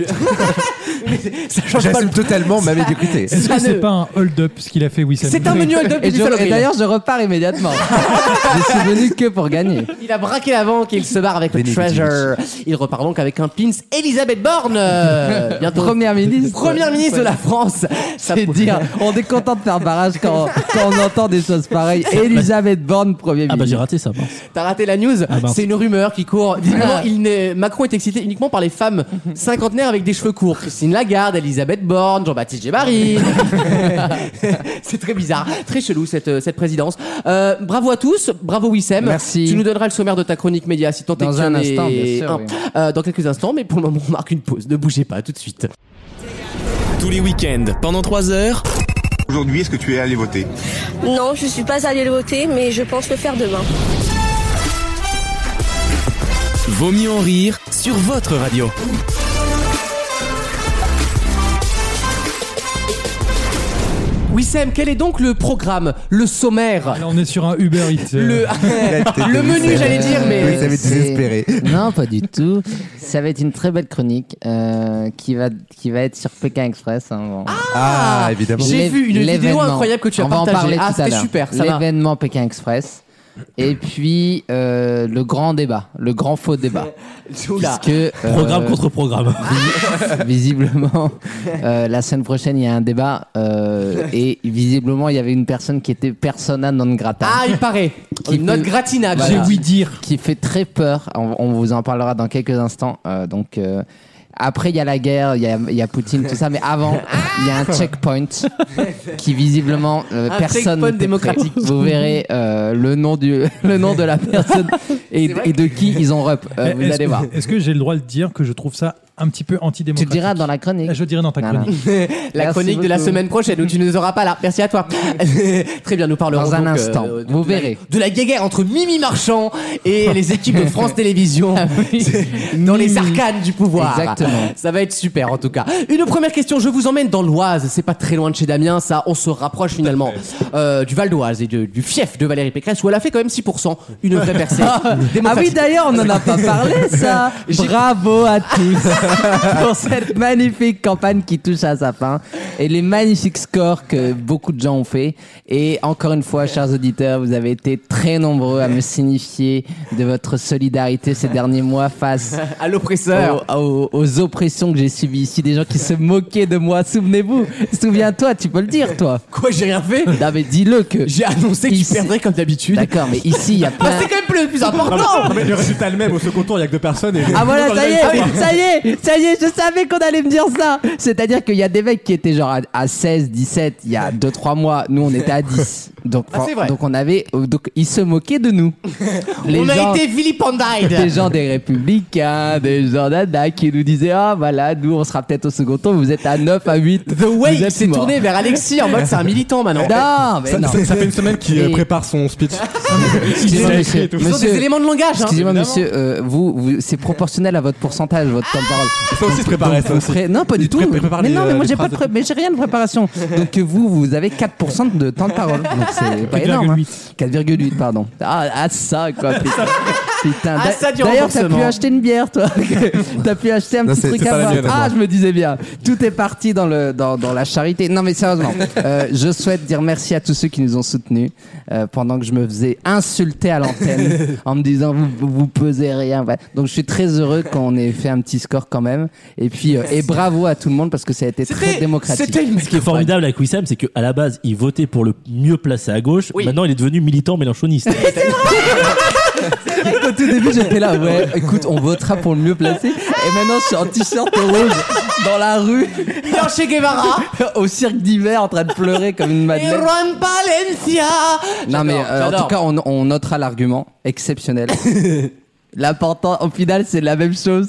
Speaker 2: Ça change pas le-
Speaker 5: J'assume totalement ma médiocrité.
Speaker 6: Est-ce
Speaker 2: Ah,
Speaker 6: que c'est
Speaker 2: ne-
Speaker 6: pas un hold-up ce qu'il a fait, Wissam
Speaker 2: C'est un menu hold-up
Speaker 10: Et,
Speaker 2: du
Speaker 10: je-
Speaker 2: Salopé.
Speaker 10: et d'ailleurs, je repars immédiatement. je suis venu que pour gagner.
Speaker 2: Il a braqué la banque et il se barre avec le
Speaker 5: Bénédicte.
Speaker 2: treasure. Il repart donc avec un pins Elisabeth Borne. euh, bientôt.
Speaker 10: Première ministre.
Speaker 2: Première ministre de la France. Ça
Speaker 10: C'est
Speaker 2: pour-
Speaker 10: dire, on est content de faire barrage quand, quand on entend des choses pareilles. Elisabeth Borne, premier
Speaker 3: Ah bah j'ai
Speaker 10: ministre.
Speaker 3: raté ça. mince.
Speaker 2: T'as raté la news.
Speaker 3: mince.
Speaker 2: C'est une rumeur qui court. Visiblement,
Speaker 10: Ah.
Speaker 2: il n'est- Macron est excité uniquement par les femmes cinquantenaires avec des cheveux courts. Christine Lagarde, Elisabeth Borne, Jean-Baptiste Gébari. C'est très bizarre, très chelou cette, euh, cette présidence. Euh, bravo à tous, bravo Wissem.
Speaker 10: Merci.
Speaker 2: Tu nous donneras le sommaire de ta chronique média si tant est
Speaker 10: Dans
Speaker 2: que tu
Speaker 10: un
Speaker 2: en aies
Speaker 10: instant, bien sûr,
Speaker 2: un.
Speaker 10: oui.
Speaker 2: Euh, dans quelques instants, mais pour le moment, on marque une pause. Ne bougez pas, à tout de suite.
Speaker 1: Tous les week-ends, pendant 3 heures,
Speaker 11: Aujourd'hui, est-ce que tu es allé voter
Speaker 8: Non, je suis pas allée le voter, mais je pense le faire demain.
Speaker 1: Vaut mieux en rire sur votre radio.
Speaker 2: Wissem, quel est donc le programme, le sommaire,
Speaker 6: Là, on est sur un Uber Eats. euh,
Speaker 2: le, le
Speaker 5: Le
Speaker 2: menu, j'allais dire, mais.
Speaker 5: Oui, ça m'est
Speaker 10: c'est-
Speaker 5: désespéré.
Speaker 10: Non, pas du tout. Ça va être une très belle chronique euh, qui, va, qui va être sur Pékin Express. hein, bon.
Speaker 5: Ah, évidemment.
Speaker 2: J'ai
Speaker 10: L'é-
Speaker 2: vu une vidéo
Speaker 10: l'événement.
Speaker 2: incroyable que tu as
Speaker 10: On va en
Speaker 2: partagée.
Speaker 10: parler
Speaker 2: Ah,
Speaker 10: tout à
Speaker 2: c'était
Speaker 10: l'heure.
Speaker 2: super, ça va.
Speaker 10: L'événement Pékin Express. Et puis euh, le grand débat, le grand faux débat.
Speaker 2: Oula.
Speaker 10: Puisque, euh,
Speaker 3: Programme contre programme.
Speaker 10: visiblement, euh, la semaine prochaine, il y a un débat. euh, et visiblement, il y avait une personne qui était persona non grata.
Speaker 2: Ah, il paraît.
Speaker 10: Qui
Speaker 2: Une note
Speaker 10: peut-
Speaker 2: gratinable.
Speaker 10: Voilà.
Speaker 2: J'ai oui dire.
Speaker 10: qui fait très peur. On, on vous en parlera dans quelques instants. Euh, donc euh, après, il y a la guerre, il y a, il y a Poutine, tout ça. Mais avant, il y a un checkpoint qui visiblement euh,
Speaker 2: Un
Speaker 10: personne
Speaker 2: checkpoint
Speaker 10: n'était prêt.
Speaker 2: démocratique.
Speaker 10: Vous verrez euh, le nom du le nom de la personne et, et de qui ils ont rep. Euh, vous
Speaker 6: est-ce
Speaker 10: allez
Speaker 6: que-
Speaker 10: voir.
Speaker 6: Est-ce que j'ai le droit de dire que je trouve ça un petit peu
Speaker 10: Tu
Speaker 6: antidémocratique
Speaker 10: le diras dans la chronique.
Speaker 6: Ah, Je le dirai dans ta
Speaker 10: Non, non.
Speaker 6: chronique.
Speaker 2: La
Speaker 10: Merci
Speaker 2: chronique de la
Speaker 10: beaucoup.
Speaker 2: semaine prochaine où tu ne nous auras pas là. Merci à toi. Très bien, nous parlerons
Speaker 10: Dans un
Speaker 2: donc, euh,
Speaker 10: instant.
Speaker 2: de-
Speaker 10: Vous
Speaker 2: de la-
Speaker 10: verrez.
Speaker 2: de la guéguerre entre Mimi Marchand et les équipes de France Télévisions dans les arcanes du pouvoir.
Speaker 10: Ah Exactement.
Speaker 2: Ça va être super en tout cas. Une première question, je vous emmène dans l'Oise. C'est pas très loin de chez Damien, ça. On se rapproche finalement euh, du Val d'Oise et de- du fief de Valérie Pécresse où elle a fait quand même 6%. Une vraie percée.
Speaker 10: Ah oui, d'ailleurs, on n'en a pas parlé, ça. Bravo à tous.
Speaker 5: pour cette magnifique campagne qui touche à sa fin et les magnifiques scores que beaucoup de gens ont fait. Et encore une fois, chers auditeurs, vous avez été très nombreux à me signifier de votre solidarité ces derniers mois face
Speaker 2: à l'oppresseur,
Speaker 5: aux, aux- aux oppressions que j'ai subies ici, des gens qui se moquaient de moi. Souvenez-vous, souviens-toi, tu peux le dire,
Speaker 10: Oh.
Speaker 5: toi.
Speaker 2: Quoi, j'ai rien fait
Speaker 5: Non mais dis-le que
Speaker 2: j'ai annoncé que
Speaker 5: Ici-
Speaker 2: tu perdrais comme d'habitude.
Speaker 5: D'accord, mais ici il y a plein.
Speaker 2: Ah, c'est quand même plus- le plus
Speaker 7: Non,
Speaker 2: important
Speaker 7: mais- non, mais le résultat est le même, au second tour, il y a que deux personnes. Et
Speaker 5: Ah voilà,
Speaker 7: Dans le
Speaker 5: ça y
Speaker 7: même
Speaker 5: est,
Speaker 7: tour.
Speaker 5: ça y est, ça y est, je savais qu'on allait me dire ça. C'est-à-dire qu'il y a des mecs qui étaient genre à, à 16, 17, il y a 2-3 mois, nous on était à 10. Donc,
Speaker 2: Ah, c'est vrai.
Speaker 5: donc on avait, donc ils se moquaient de nous.
Speaker 2: On
Speaker 5: gens-
Speaker 2: a été vilipendide
Speaker 5: des gens des républicains, des gens d'ADA qui nous disaient Ah voilà, nous on sera peut-être au second tour, vous êtes à 9, à 8.
Speaker 2: The
Speaker 5: Vous
Speaker 2: Wave
Speaker 5: êtes
Speaker 2: s'est
Speaker 5: morts.
Speaker 2: tourné vers Alexis en mode c'est un militant maintenant.
Speaker 5: Non, mais
Speaker 7: Ça,
Speaker 5: non.
Speaker 7: ça- ça fait une semaine qu'il euh,
Speaker 5: Et-
Speaker 7: prépare son speech.
Speaker 5: Excusez-moi, monsieur.
Speaker 2: Ils ont des
Speaker 5: Monsieur-
Speaker 2: éléments de langage. Hein.
Speaker 5: Excusez-moi, monsieur, euh, vous, vous- c'est proportionnel à votre pourcentage, votre temps de parole.
Speaker 7: Ça aussi se préparait, ça
Speaker 5: Vous
Speaker 7: aussi.
Speaker 5: ferez- Non, pas du tout.
Speaker 7: pré- prépare
Speaker 5: mais
Speaker 7: les,
Speaker 5: non,
Speaker 7: euh,
Speaker 5: mais moi
Speaker 7: les
Speaker 5: j'ai pas de
Speaker 7: phrases
Speaker 5: pré- mais j'ai rien de préparation. Donc euh, vous, vous avez 4% de temps de parole. Donc c'est pas énorme. hein. 4,8, pardon. Ah, ah, ça, quoi. Putain, Putain,
Speaker 2: Ah,
Speaker 5: d'a-
Speaker 2: ça, du
Speaker 5: D'ailleurs, t'as pu
Speaker 2: remboursement.
Speaker 5: acheter une bière, toi. t'as pu acheter un
Speaker 7: Non,
Speaker 5: petit
Speaker 7: c'est-
Speaker 5: truc
Speaker 7: c'est pas la
Speaker 5: avant.
Speaker 7: mienne,
Speaker 5: Ah,
Speaker 7: moi.
Speaker 5: je me disais bien. Tout est parti dans, le, dans, dans la charité. Non, mais sérieusement, euh, je souhaite dire merci à tous ceux qui nous ont soutenus euh, pendant que je me faisais insulter à l'antenne en me disant vous, vous, vous pesez rien. Ouais. Donc, je suis très heureux qu'on ait fait un petit score quand même. Et puis, euh, et bravo à tout le monde parce que ça a été très
Speaker 2: C'était-
Speaker 5: démocratique.
Speaker 2: C'était le
Speaker 3: Ce qui est formidable avec Wissam, c'est qu'à la base, il votait pour le mieux placé à gauche.
Speaker 2: Oui.
Speaker 3: Maintenant, il est devenu militant mélanchoniste.
Speaker 5: Au tout début, j'étais là, ouais, écoute, on votera pour le mieux placé. Et maintenant, je suis en t-shirt rouge dans la rue,
Speaker 2: Il est en Che Guevara.
Speaker 5: au cirque d'hiver, en train de pleurer comme une
Speaker 2: Et
Speaker 5: madeleine.
Speaker 2: Juan Palencia.
Speaker 5: Non, mais
Speaker 2: J'adore,
Speaker 5: euh, en
Speaker 2: j'adore.
Speaker 5: tout cas, on, on notera l'argument exceptionnel. L'important, au final, c'est la même chose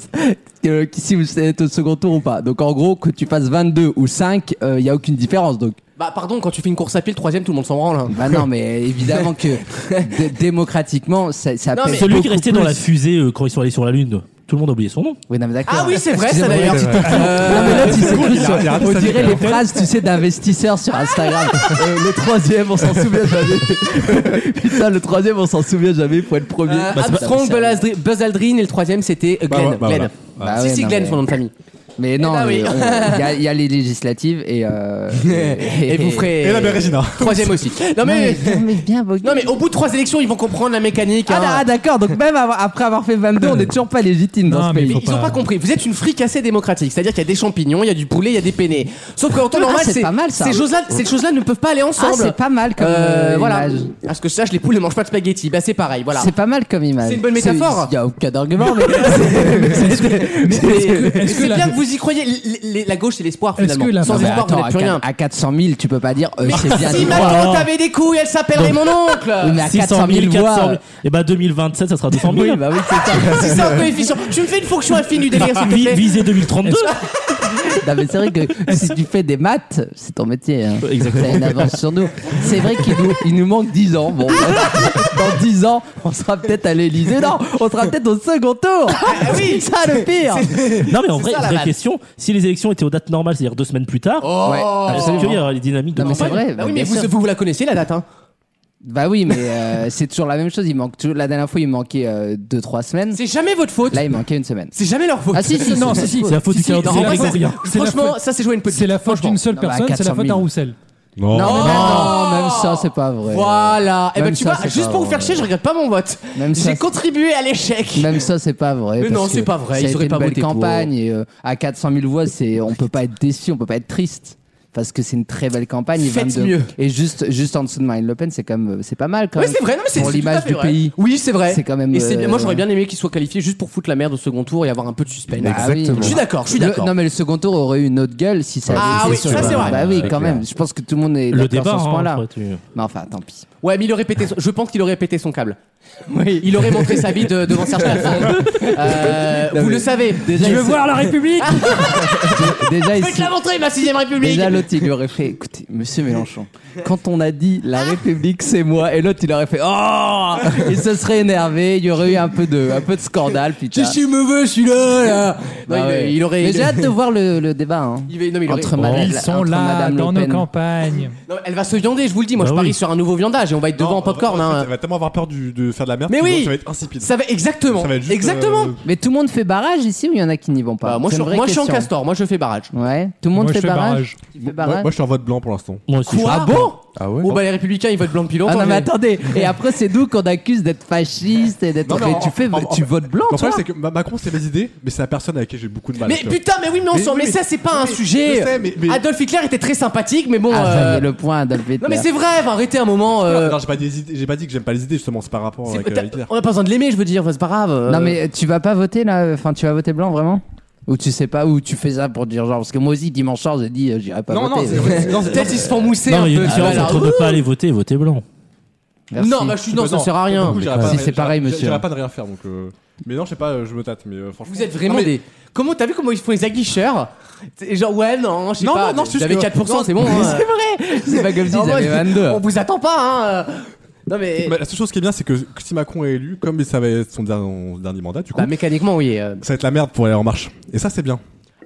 Speaker 5: que, que si vous êtes au second tour ou pas. Donc, en gros, que tu fasses 22 ou 5, il n'y a aucune différence. Donc,
Speaker 2: Bah, pardon, quand tu fais une course à pied, le troisième, tout le monde s'en branle. hein.
Speaker 5: bah non, mais évidemment que dé- démocratiquement, ça, ça
Speaker 2: Non,
Speaker 5: pèse
Speaker 2: mais-
Speaker 3: Celui qui
Speaker 5: beaucoup
Speaker 3: restait dans
Speaker 5: plus.
Speaker 3: la fusée euh, quand ils sont allés sur la Lune, tout le monde a oublié son nom.
Speaker 5: Oui, non, mais d'accord.
Speaker 2: Ah oui, c'est vrai, ça
Speaker 5: Excusez-moi,
Speaker 2: d'ailleurs. Ah,
Speaker 5: Non, mais là, tu sais plus,
Speaker 7: il a- il a raté
Speaker 5: on
Speaker 7: sa
Speaker 5: dirait
Speaker 7: vie,
Speaker 5: les
Speaker 7: hein.
Speaker 5: phrases, tu sais, d'investisseurs sur Instagram. Euh, le troisième, on s'en souvient jamais. Putain, le troisième, on s'en souvient jamais, faut être premier. Bah,
Speaker 2: Euh, Armstrong, Buzz Aldrin- Buzz Aldrin et le troisième c'était euh,
Speaker 7: Bah,
Speaker 2: Glenn.
Speaker 7: ouais, bah,
Speaker 2: Glenn.
Speaker 5: voilà. Bah
Speaker 2: si,
Speaker 5: ouais,
Speaker 2: si,
Speaker 5: non,
Speaker 2: Glenn,
Speaker 5: mais-
Speaker 2: son nom de famille.
Speaker 5: Mais non,
Speaker 2: Eh ben
Speaker 5: euh,
Speaker 2: oui.
Speaker 5: on- il y, a- il y a les législatives et. euh,
Speaker 2: Et vous ferez.
Speaker 7: Et la mère Regina.
Speaker 2: Troisième aussi. Non,
Speaker 5: Non, mais
Speaker 2: mais.
Speaker 5: bien, mais bien, Vogue.
Speaker 2: Non, mais au bout de trois élections, ils vont comprendre la mécanique.
Speaker 5: Ah,
Speaker 2: hein.
Speaker 5: ah, d'accord, donc même avoir- après avoir fait 22, on n'est toujours pas légitime dans
Speaker 6: Non,
Speaker 5: ce
Speaker 6: mais
Speaker 5: pays.
Speaker 6: faut
Speaker 2: Ils ont pas compris. Vous êtes une fricassée démocratique. C'est-à-dire qu'il y a des champignons, il y a du poulet, il y a des penne. Sauf qu'en temps
Speaker 5: Ah,
Speaker 2: normal,
Speaker 5: c'est pas mal, ça.
Speaker 2: ces choses-là, ces choses-là ne peuvent pas aller
Speaker 5: Ah,
Speaker 2: ensemble.
Speaker 5: c'est pas mal comme
Speaker 2: Euh,
Speaker 5: euh,
Speaker 2: voilà.
Speaker 5: image.
Speaker 2: À ce que je sache, les poules ne mangent pas de spaghettis. Bah, c'est pareil, voilà.
Speaker 5: C'est pas mal comme image.
Speaker 2: C'est une bonne métaphore.
Speaker 5: Il y a aucun argument, mais. c'est-
Speaker 2: Mais- mais
Speaker 6: est-ce que
Speaker 2: C'est
Speaker 6: la-
Speaker 2: bien que vous y croyez. L- l- les- La gauche, c'est l'espoir
Speaker 6: Est-ce
Speaker 2: finalement.
Speaker 6: que la-
Speaker 2: Sans
Speaker 5: Non, mais
Speaker 2: espoir, vous
Speaker 5: Bah, attends,
Speaker 2: n'êtes
Speaker 5: à,
Speaker 2: plus rien.
Speaker 5: quatre- à 400 000, tu peux pas dire euh, c'est bien
Speaker 2: Si
Speaker 5: des
Speaker 2: ma
Speaker 5: voix.
Speaker 2: tante avait des couilles, elle s'appellerait mon oncle.
Speaker 5: Oui, mais à 400 000 voix.
Speaker 3: Et bah 2027, ça sera 200 000.
Speaker 5: Oui, bah oui, c'est ça. Ah,
Speaker 2: Si c'est un coefficient. Tu me fais une fonction infinie du délire, s'il te
Speaker 3: Vi-
Speaker 2: plaît.
Speaker 3: Visée 2032.
Speaker 5: Non, mais c'est vrai que si tu fais des maths, c'est ton métier. Hein.
Speaker 3: Exactement.
Speaker 5: T'as une avance sur nous. C'est vrai qu'il nous, il nous manque 10 ans. Bon, dans 10 ans, on sera peut-être à l'Elysée. Non, on sera peut-être au second tour.
Speaker 2: Ah
Speaker 5: oui, ça le pire.
Speaker 3: Non, mais en vrai,
Speaker 2: ça, la
Speaker 3: vraie
Speaker 2: vanne.
Speaker 3: question, si les élections étaient aux dates normales, c'est-à-dire deux semaines plus tard,
Speaker 2: Oh.
Speaker 5: Ouais,
Speaker 3: est-ce qu'il y
Speaker 5: absolument.
Speaker 3: aura les dynamiques de
Speaker 5: Non, mais c'est
Speaker 3: campagne
Speaker 5: vrai.
Speaker 2: Bah oui,
Speaker 5: bien
Speaker 2: mais vous,
Speaker 5: sûr.
Speaker 2: vous, vous la connaissez la date, hein.
Speaker 5: Bah oui, mais euh, c'est toujours la même chose. Il manque toujours... La dernière fois, il manquait 2-3 semaines.
Speaker 2: C'est jamais votre faute.
Speaker 5: Là, il manquait une semaine.
Speaker 2: C'est jamais leur faute.
Speaker 5: Ah si, si,
Speaker 6: Non,
Speaker 5: c'est-
Speaker 6: si, si.
Speaker 3: C'est la faute du
Speaker 6: Si, si,
Speaker 3: calendrier
Speaker 6: non, en vrai,
Speaker 3: grégorien.
Speaker 6: C'est la
Speaker 2: Franchement,
Speaker 6: faute-
Speaker 2: ça c'est jouer à une petite. hein.
Speaker 6: C'est la faute
Speaker 2: Franchement.
Speaker 6: d'une seule
Speaker 5: Non, mais à
Speaker 6: personne, c'est la
Speaker 5: 400
Speaker 6: faute
Speaker 5: 000.
Speaker 6: à Roussel.
Speaker 7: Non.
Speaker 5: Non, mais
Speaker 2: Oh.
Speaker 5: non, même ça, c'est pas vrai.
Speaker 2: Voilà. Et ben
Speaker 5: Même
Speaker 2: tu
Speaker 5: ça,
Speaker 2: vois,
Speaker 5: c'est
Speaker 2: juste
Speaker 5: pas
Speaker 2: pour vous faire
Speaker 5: vrai.
Speaker 2: chier, je regrette pas mon vote.
Speaker 5: Même ça,
Speaker 2: J'ai
Speaker 5: c'est-
Speaker 2: contribué à l'échec.
Speaker 5: Même ça, c'est pas vrai.
Speaker 2: Mais
Speaker 5: parce
Speaker 2: non,
Speaker 5: que
Speaker 2: c'est pas vrai,
Speaker 5: Ça
Speaker 2: ils
Speaker 5: a
Speaker 2: auraient
Speaker 5: été
Speaker 2: pas
Speaker 5: une belle
Speaker 2: voté pour.
Speaker 5: campagne et euh, à 400 000 voix, c'est, on peut pas être déçu, on peut pas être triste. Parce que c'est une très belle campagne. et
Speaker 2: Faites
Speaker 5: 22.
Speaker 2: mieux.
Speaker 5: Et juste, juste en dessous de Marine Le Pen, c'est quand même, c'est pas mal quand
Speaker 2: Oui,
Speaker 5: même.
Speaker 2: c'est vrai. Non, mais c'est
Speaker 5: Pour
Speaker 2: c'est tout à
Speaker 5: l'image
Speaker 2: fait
Speaker 5: du
Speaker 2: vrai.
Speaker 5: pays.
Speaker 2: Oui, c'est vrai.
Speaker 5: C'est quand même,
Speaker 2: Et c'est bien. Moi,
Speaker 5: euh,
Speaker 2: j'aurais bien aimé qu'ils soient qualifiés juste pour foutre la merde au second tour et avoir un peu de suspense.
Speaker 5: Bah oui.
Speaker 10: Exactement.
Speaker 2: Je suis d'accord. Je suis
Speaker 5: Le-
Speaker 2: d'accord.
Speaker 5: non mais le second tour aurait eu une autre gueule si ça avait
Speaker 2: Ah
Speaker 5: été
Speaker 2: oui,
Speaker 5: sur-
Speaker 2: ça, c'est vrai.
Speaker 5: Bah oui,
Speaker 10: C'est
Speaker 5: quand
Speaker 10: clair.
Speaker 5: même. Je pense que tout le monde est
Speaker 3: Le
Speaker 5: d'accord
Speaker 3: débat,
Speaker 5: sur ce
Speaker 3: hein,
Speaker 5: point-là.
Speaker 3: après, tu-
Speaker 5: Mais enfin, tant pis.
Speaker 2: Ouais, mais il aurait pété. son- Je pense qu'il aurait pété son câble. Il aurait montré sa bite euh, devant Serge Calfon. Euh, vous le savez.
Speaker 5: Déjà,
Speaker 3: Tu
Speaker 5: il
Speaker 3: veux
Speaker 5: se-
Speaker 3: voir la République
Speaker 5: Déjà, il
Speaker 2: Je vais te
Speaker 5: se-
Speaker 2: la montrer, ma 6ème République
Speaker 5: Déjà, le l'autre, il lui aurait fait écoutez, monsieur Mélenchon, quand on a dit la République, c'est moi, et l'autre, il aurait fait oh Il se serait énervé, il y aurait eu un peu de, un peu de scandale. Putain.
Speaker 2: Qu'est-ce qu'il me veut, celui-là, là
Speaker 5: Ah
Speaker 2: Non, il-
Speaker 5: ouais.
Speaker 2: il aurait-
Speaker 5: Mais
Speaker 2: il-
Speaker 5: j'ai hâte de voir le, le débat. hein.
Speaker 2: Il va- non, mais il aurait-
Speaker 5: entre
Speaker 2: Bon,
Speaker 5: Madame,
Speaker 2: ils
Speaker 6: sont
Speaker 5: entre
Speaker 6: là,
Speaker 5: Madame
Speaker 6: dans
Speaker 5: Le
Speaker 6: nos
Speaker 5: Pen.
Speaker 6: campagnes.
Speaker 2: Non, elle va se viander, je vous le dis. Moi, je
Speaker 3: Bah
Speaker 2: parie
Speaker 3: oui.
Speaker 2: sur un nouveau viandage et on va être devant en popcorn.
Speaker 7: En fait,
Speaker 2: hein.
Speaker 7: Elle va tellement avoir peur du- de faire de la merde.
Speaker 2: Mais
Speaker 7: que
Speaker 2: oui.
Speaker 7: Ça va être insipide.
Speaker 2: Ça va exactement.
Speaker 7: Ça va être juste,
Speaker 2: exactement.
Speaker 7: euh,
Speaker 5: Mais tout le monde fait barrage ici ou il y en a qui n'y vont pas
Speaker 2: Bah, moi, je
Speaker 5: C'est
Speaker 2: suis,
Speaker 5: une vraie
Speaker 2: moi, je suis en
Speaker 5: question.
Speaker 2: castor. Moi, je fais barrage.
Speaker 5: Ouais, tout le monde
Speaker 6: Moi, je
Speaker 5: fait
Speaker 6: fais
Speaker 5: barrage.
Speaker 6: barrage.
Speaker 5: Tu fais
Speaker 7: Moi,
Speaker 5: barrage
Speaker 7: moi, je suis en vote blanc pour l'instant.
Speaker 3: Moi aussi.
Speaker 2: Quoi
Speaker 5: Ah bon
Speaker 12: Ah ouais
Speaker 2: Oh, bah, les républicains, ils votent blanc depuis longtemps.
Speaker 5: Ah non, mais
Speaker 2: mais-
Speaker 5: attendez. Et après, c'est nous qu'on accuse d'être fasciste et d'être.
Speaker 7: Non, mais
Speaker 5: Mais
Speaker 7: en-
Speaker 5: tu fais,
Speaker 7: en-
Speaker 5: tu votes blanc,
Speaker 7: Le
Speaker 5: toi.
Speaker 7: problème, c'est que Ma- Macron, c'est mes idées, mais c'est la personne avec qui j'ai beaucoup de mal.
Speaker 2: Mais
Speaker 7: tu vois.
Speaker 2: putain, mais oui, mais on
Speaker 7: Mais
Speaker 2: s'en.
Speaker 7: oui,
Speaker 2: Mais
Speaker 7: mais-
Speaker 2: ça, c'est pas un
Speaker 7: mais-
Speaker 2: sujet.
Speaker 7: je sais, mais- mais-
Speaker 2: Adolf Hitler était très sympathique, mais bon.
Speaker 5: Ah, ça y
Speaker 2: euh,
Speaker 5: est, le point, Adolf Hitler.
Speaker 2: Non, mais c'est vrai, enfin, arrêtez un moment. euh,
Speaker 7: Non, j'ai pas, des idées- j'ai pas dit que j'aime pas les idées, justement, c'est par rapport
Speaker 2: c'est-
Speaker 7: avec euh, Hitler.
Speaker 2: On a pas besoin de l'aimer, je veux dire, enfin, c'est pas grave. euh.
Speaker 5: Non, mais tu vas pas voter là Enfin, tu vas voter blanc vraiment Ou tu sais pas, ou tu fais ça pour dire genre. Parce que moi aussi, dimanche soir, j'ai dit, euh, j'irai pas
Speaker 2: Non, non,
Speaker 5: voter.
Speaker 2: c'est- non, peut-être ils se font mousser
Speaker 3: Non,
Speaker 2: un
Speaker 3: mais il y a
Speaker 2: peu.
Speaker 3: une
Speaker 2: tu vois,
Speaker 3: différence
Speaker 2: là.
Speaker 3: entre ne pas aller voter et voter blanc.
Speaker 5: Merci.
Speaker 2: Non, bah, je suis. Non, ça sert à rien.
Speaker 7: Du coup, j'irai
Speaker 5: Si,
Speaker 7: pas-
Speaker 5: c'est pareil,
Speaker 7: j'irai-
Speaker 5: monsieur.
Speaker 7: J'irai pas de rien faire, donc. euh, Mais non, je sais pas, euh, je me tâte, mais euh, franchement.
Speaker 2: Vous êtes vraiment
Speaker 7: Non, mais-
Speaker 2: des. Comment t'as vu comment ils font les aguicheurs Et genre ouais non je sais
Speaker 7: Non,
Speaker 2: pas.
Speaker 7: non, non, c'est juste
Speaker 2: j'avais
Speaker 7: que-
Speaker 2: 4%
Speaker 7: non,
Speaker 2: c'est bon. hein.
Speaker 5: C'est pas comme si
Speaker 2: Non, moi,
Speaker 5: j'avais 22.
Speaker 2: On vous attend pas hein. Non mais
Speaker 7: Bah, la seule chose qui est bien, c'est que si Macron est élu, comme ça va être son dernier, dernier mandat, du coup,
Speaker 2: bah mécaniquement oui. euh.
Speaker 7: ça va être la merde pour aller en marche. Et ça, c'est bien.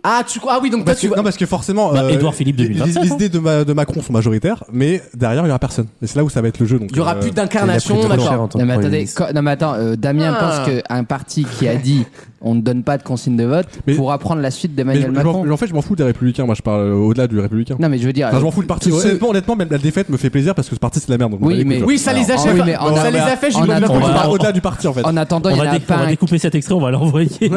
Speaker 2: Ah tu ah oui donc toi
Speaker 7: Parce que,
Speaker 2: tu
Speaker 7: non, parce que forcément,
Speaker 3: Bah,
Speaker 7: euh,
Speaker 3: Édouard Philippe
Speaker 7: les-
Speaker 3: 2027,
Speaker 2: hein.
Speaker 7: les, idées de, Ma- de Macron sont majoritaires, mais derrière, il y aura personne. Et c'est là où ça va être le jeu. Donc,
Speaker 2: il y aura
Speaker 7: euh,
Speaker 2: plus
Speaker 12: Il a
Speaker 2: d'incarnation
Speaker 12: pris trop cher
Speaker 2: d'accord.
Speaker 12: en tant que
Speaker 5: Non mais,
Speaker 12: Premier
Speaker 5: attendez,
Speaker 12: ministre.
Speaker 5: co- non, mais attends, euh, Damien
Speaker 2: Ah.
Speaker 5: pense qu'un parti qui a dit on ne donne pas de consigne de vote
Speaker 7: Mais-
Speaker 5: pourra prendre la suite
Speaker 7: Mais je-
Speaker 5: d'Emmanuel
Speaker 7: je m'en-
Speaker 5: Macron.
Speaker 7: en fait, je m'en fous des Républicains. Moi, je parle euh, au-delà du Républicain.
Speaker 5: Non mais je veux dire.
Speaker 2: Ah,
Speaker 7: Enfin, je m'en fous le parti.
Speaker 5: tous ceux-
Speaker 7: Honnêtement, honnêtement, même la défaite me fait plaisir parce que ce parti, c'est de la merde. donc on va
Speaker 5: Oui
Speaker 7: les
Speaker 5: mais
Speaker 7: couper.
Speaker 2: Oui, ça les
Speaker 5: Alors,
Speaker 2: achève.
Speaker 5: oui, mais en-
Speaker 2: Ça les a fait, j'ai
Speaker 5: en
Speaker 2: eu le
Speaker 5: attendant-
Speaker 7: Moi, je
Speaker 3: on va-
Speaker 7: parle
Speaker 3: on-
Speaker 7: Au-delà du parti, en fait.
Speaker 5: En attendant,
Speaker 3: On
Speaker 5: il y en
Speaker 3: va,
Speaker 5: a
Speaker 3: dé- on
Speaker 5: pas
Speaker 3: va
Speaker 5: un.
Speaker 3: découper cet extrait, on va l'envoyer. Hugo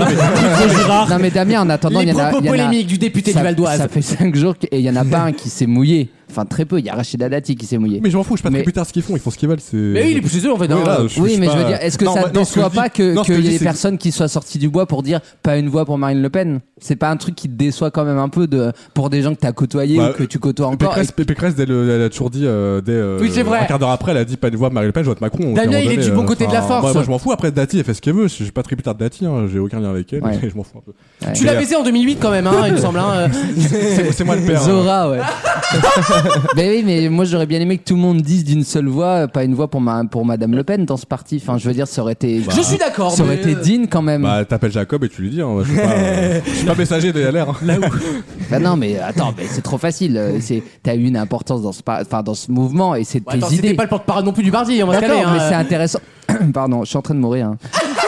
Speaker 3: Girard.
Speaker 5: Non mais Damien, en attendant, il y
Speaker 2: Les
Speaker 5: en a.
Speaker 2: propos
Speaker 5: il y en a-
Speaker 2: polémiques du député
Speaker 5: ça,
Speaker 2: du Val d'Oise.
Speaker 5: Ça fait 5 jours que- et il y en a pas un qui s'est mouillé. Enfin très peu. Il y a Rachida Dati qui s'est mouillé.
Speaker 7: Mais je m'en fous, je suis
Speaker 5: Mais-
Speaker 7: pas plus tard ce qu'ils font, ils font ce qu'ils veulent. c'est-
Speaker 2: Mais oui, il est plus chez eux en fait. hein.
Speaker 7: Oui, là, je-
Speaker 5: oui, mais
Speaker 7: pas-
Speaker 5: je veux dire, est-ce que
Speaker 7: Non,
Speaker 5: ça
Speaker 7: bah,
Speaker 5: ne
Speaker 7: non, ce que
Speaker 5: déçoit
Speaker 7: je
Speaker 5: pas
Speaker 7: dis- non,
Speaker 5: que
Speaker 7: ce
Speaker 5: qu'il y
Speaker 7: que je
Speaker 5: ait
Speaker 7: dis,
Speaker 5: des
Speaker 7: c'est-
Speaker 5: personnes qui soient sorties du bois pour dire pas une voix pour Marine Le Pen C'est pas un truc qui te déçoit quand même un peu de pour des gens que t'as côtoyé
Speaker 7: Bah,
Speaker 5: ou que tu côtoies encore
Speaker 7: Pécresse, Pé- Pécresse, dès le- elle a toujours dit, euh, dès, euh,
Speaker 2: Oui, c'est vrai.
Speaker 7: un quart d'heure après, elle a dit pas de voix Marine Le Pen, je vote Macron. Donc,
Speaker 2: Damien,
Speaker 7: à un moment
Speaker 2: il est
Speaker 7: donné,
Speaker 2: du bon
Speaker 7: euh,
Speaker 2: côté de la
Speaker 7: enfin,
Speaker 2: force.
Speaker 7: Moi, moi, je m'en fous. Après, Dati, elle fait ce qu'elle veut. Je je suis pas très plus tard de Dati, hein, j'ai aucun lien avec elle,
Speaker 5: Ouais.
Speaker 7: mais je m'en fous un peu.
Speaker 5: Ouais.
Speaker 2: Tu l'as baisé en 2008 quand même hein, il me semble hein.
Speaker 7: C'est c'est moi le père. hein.
Speaker 5: Zora, ouais. mais oui, mais moi j'aurais bien aimé que tout le monde dise d'une seule voix, euh, pas une voix pour, ma, pour Madame Le Pen dans ce parti. Enfin, je veux dire, ça aurait été.
Speaker 2: Je suis d'accord.
Speaker 5: Ça aurait
Speaker 2: mais,
Speaker 5: été
Speaker 2: euh,
Speaker 5: digne quand même. Bah,
Speaker 7: Bah, t'appelles Jacob et tu lui dis, hein, je suis pas, euh, je suis pas messager de LR. hein.
Speaker 5: non, mais attends, mais c'est trop facile. Euh, c'est- T'as eu une importance dans ce, par- enfin, dans ce mouvement et c'est
Speaker 2: bon,
Speaker 5: tes
Speaker 2: Attends,
Speaker 5: idées.
Speaker 2: c'était pas le porte-parole non plus du parti, on va se
Speaker 5: D'accord,
Speaker 2: calmer.
Speaker 5: mais c'est
Speaker 2: hein.
Speaker 5: intéressant. Pardon, je suis en train de mourir. hein.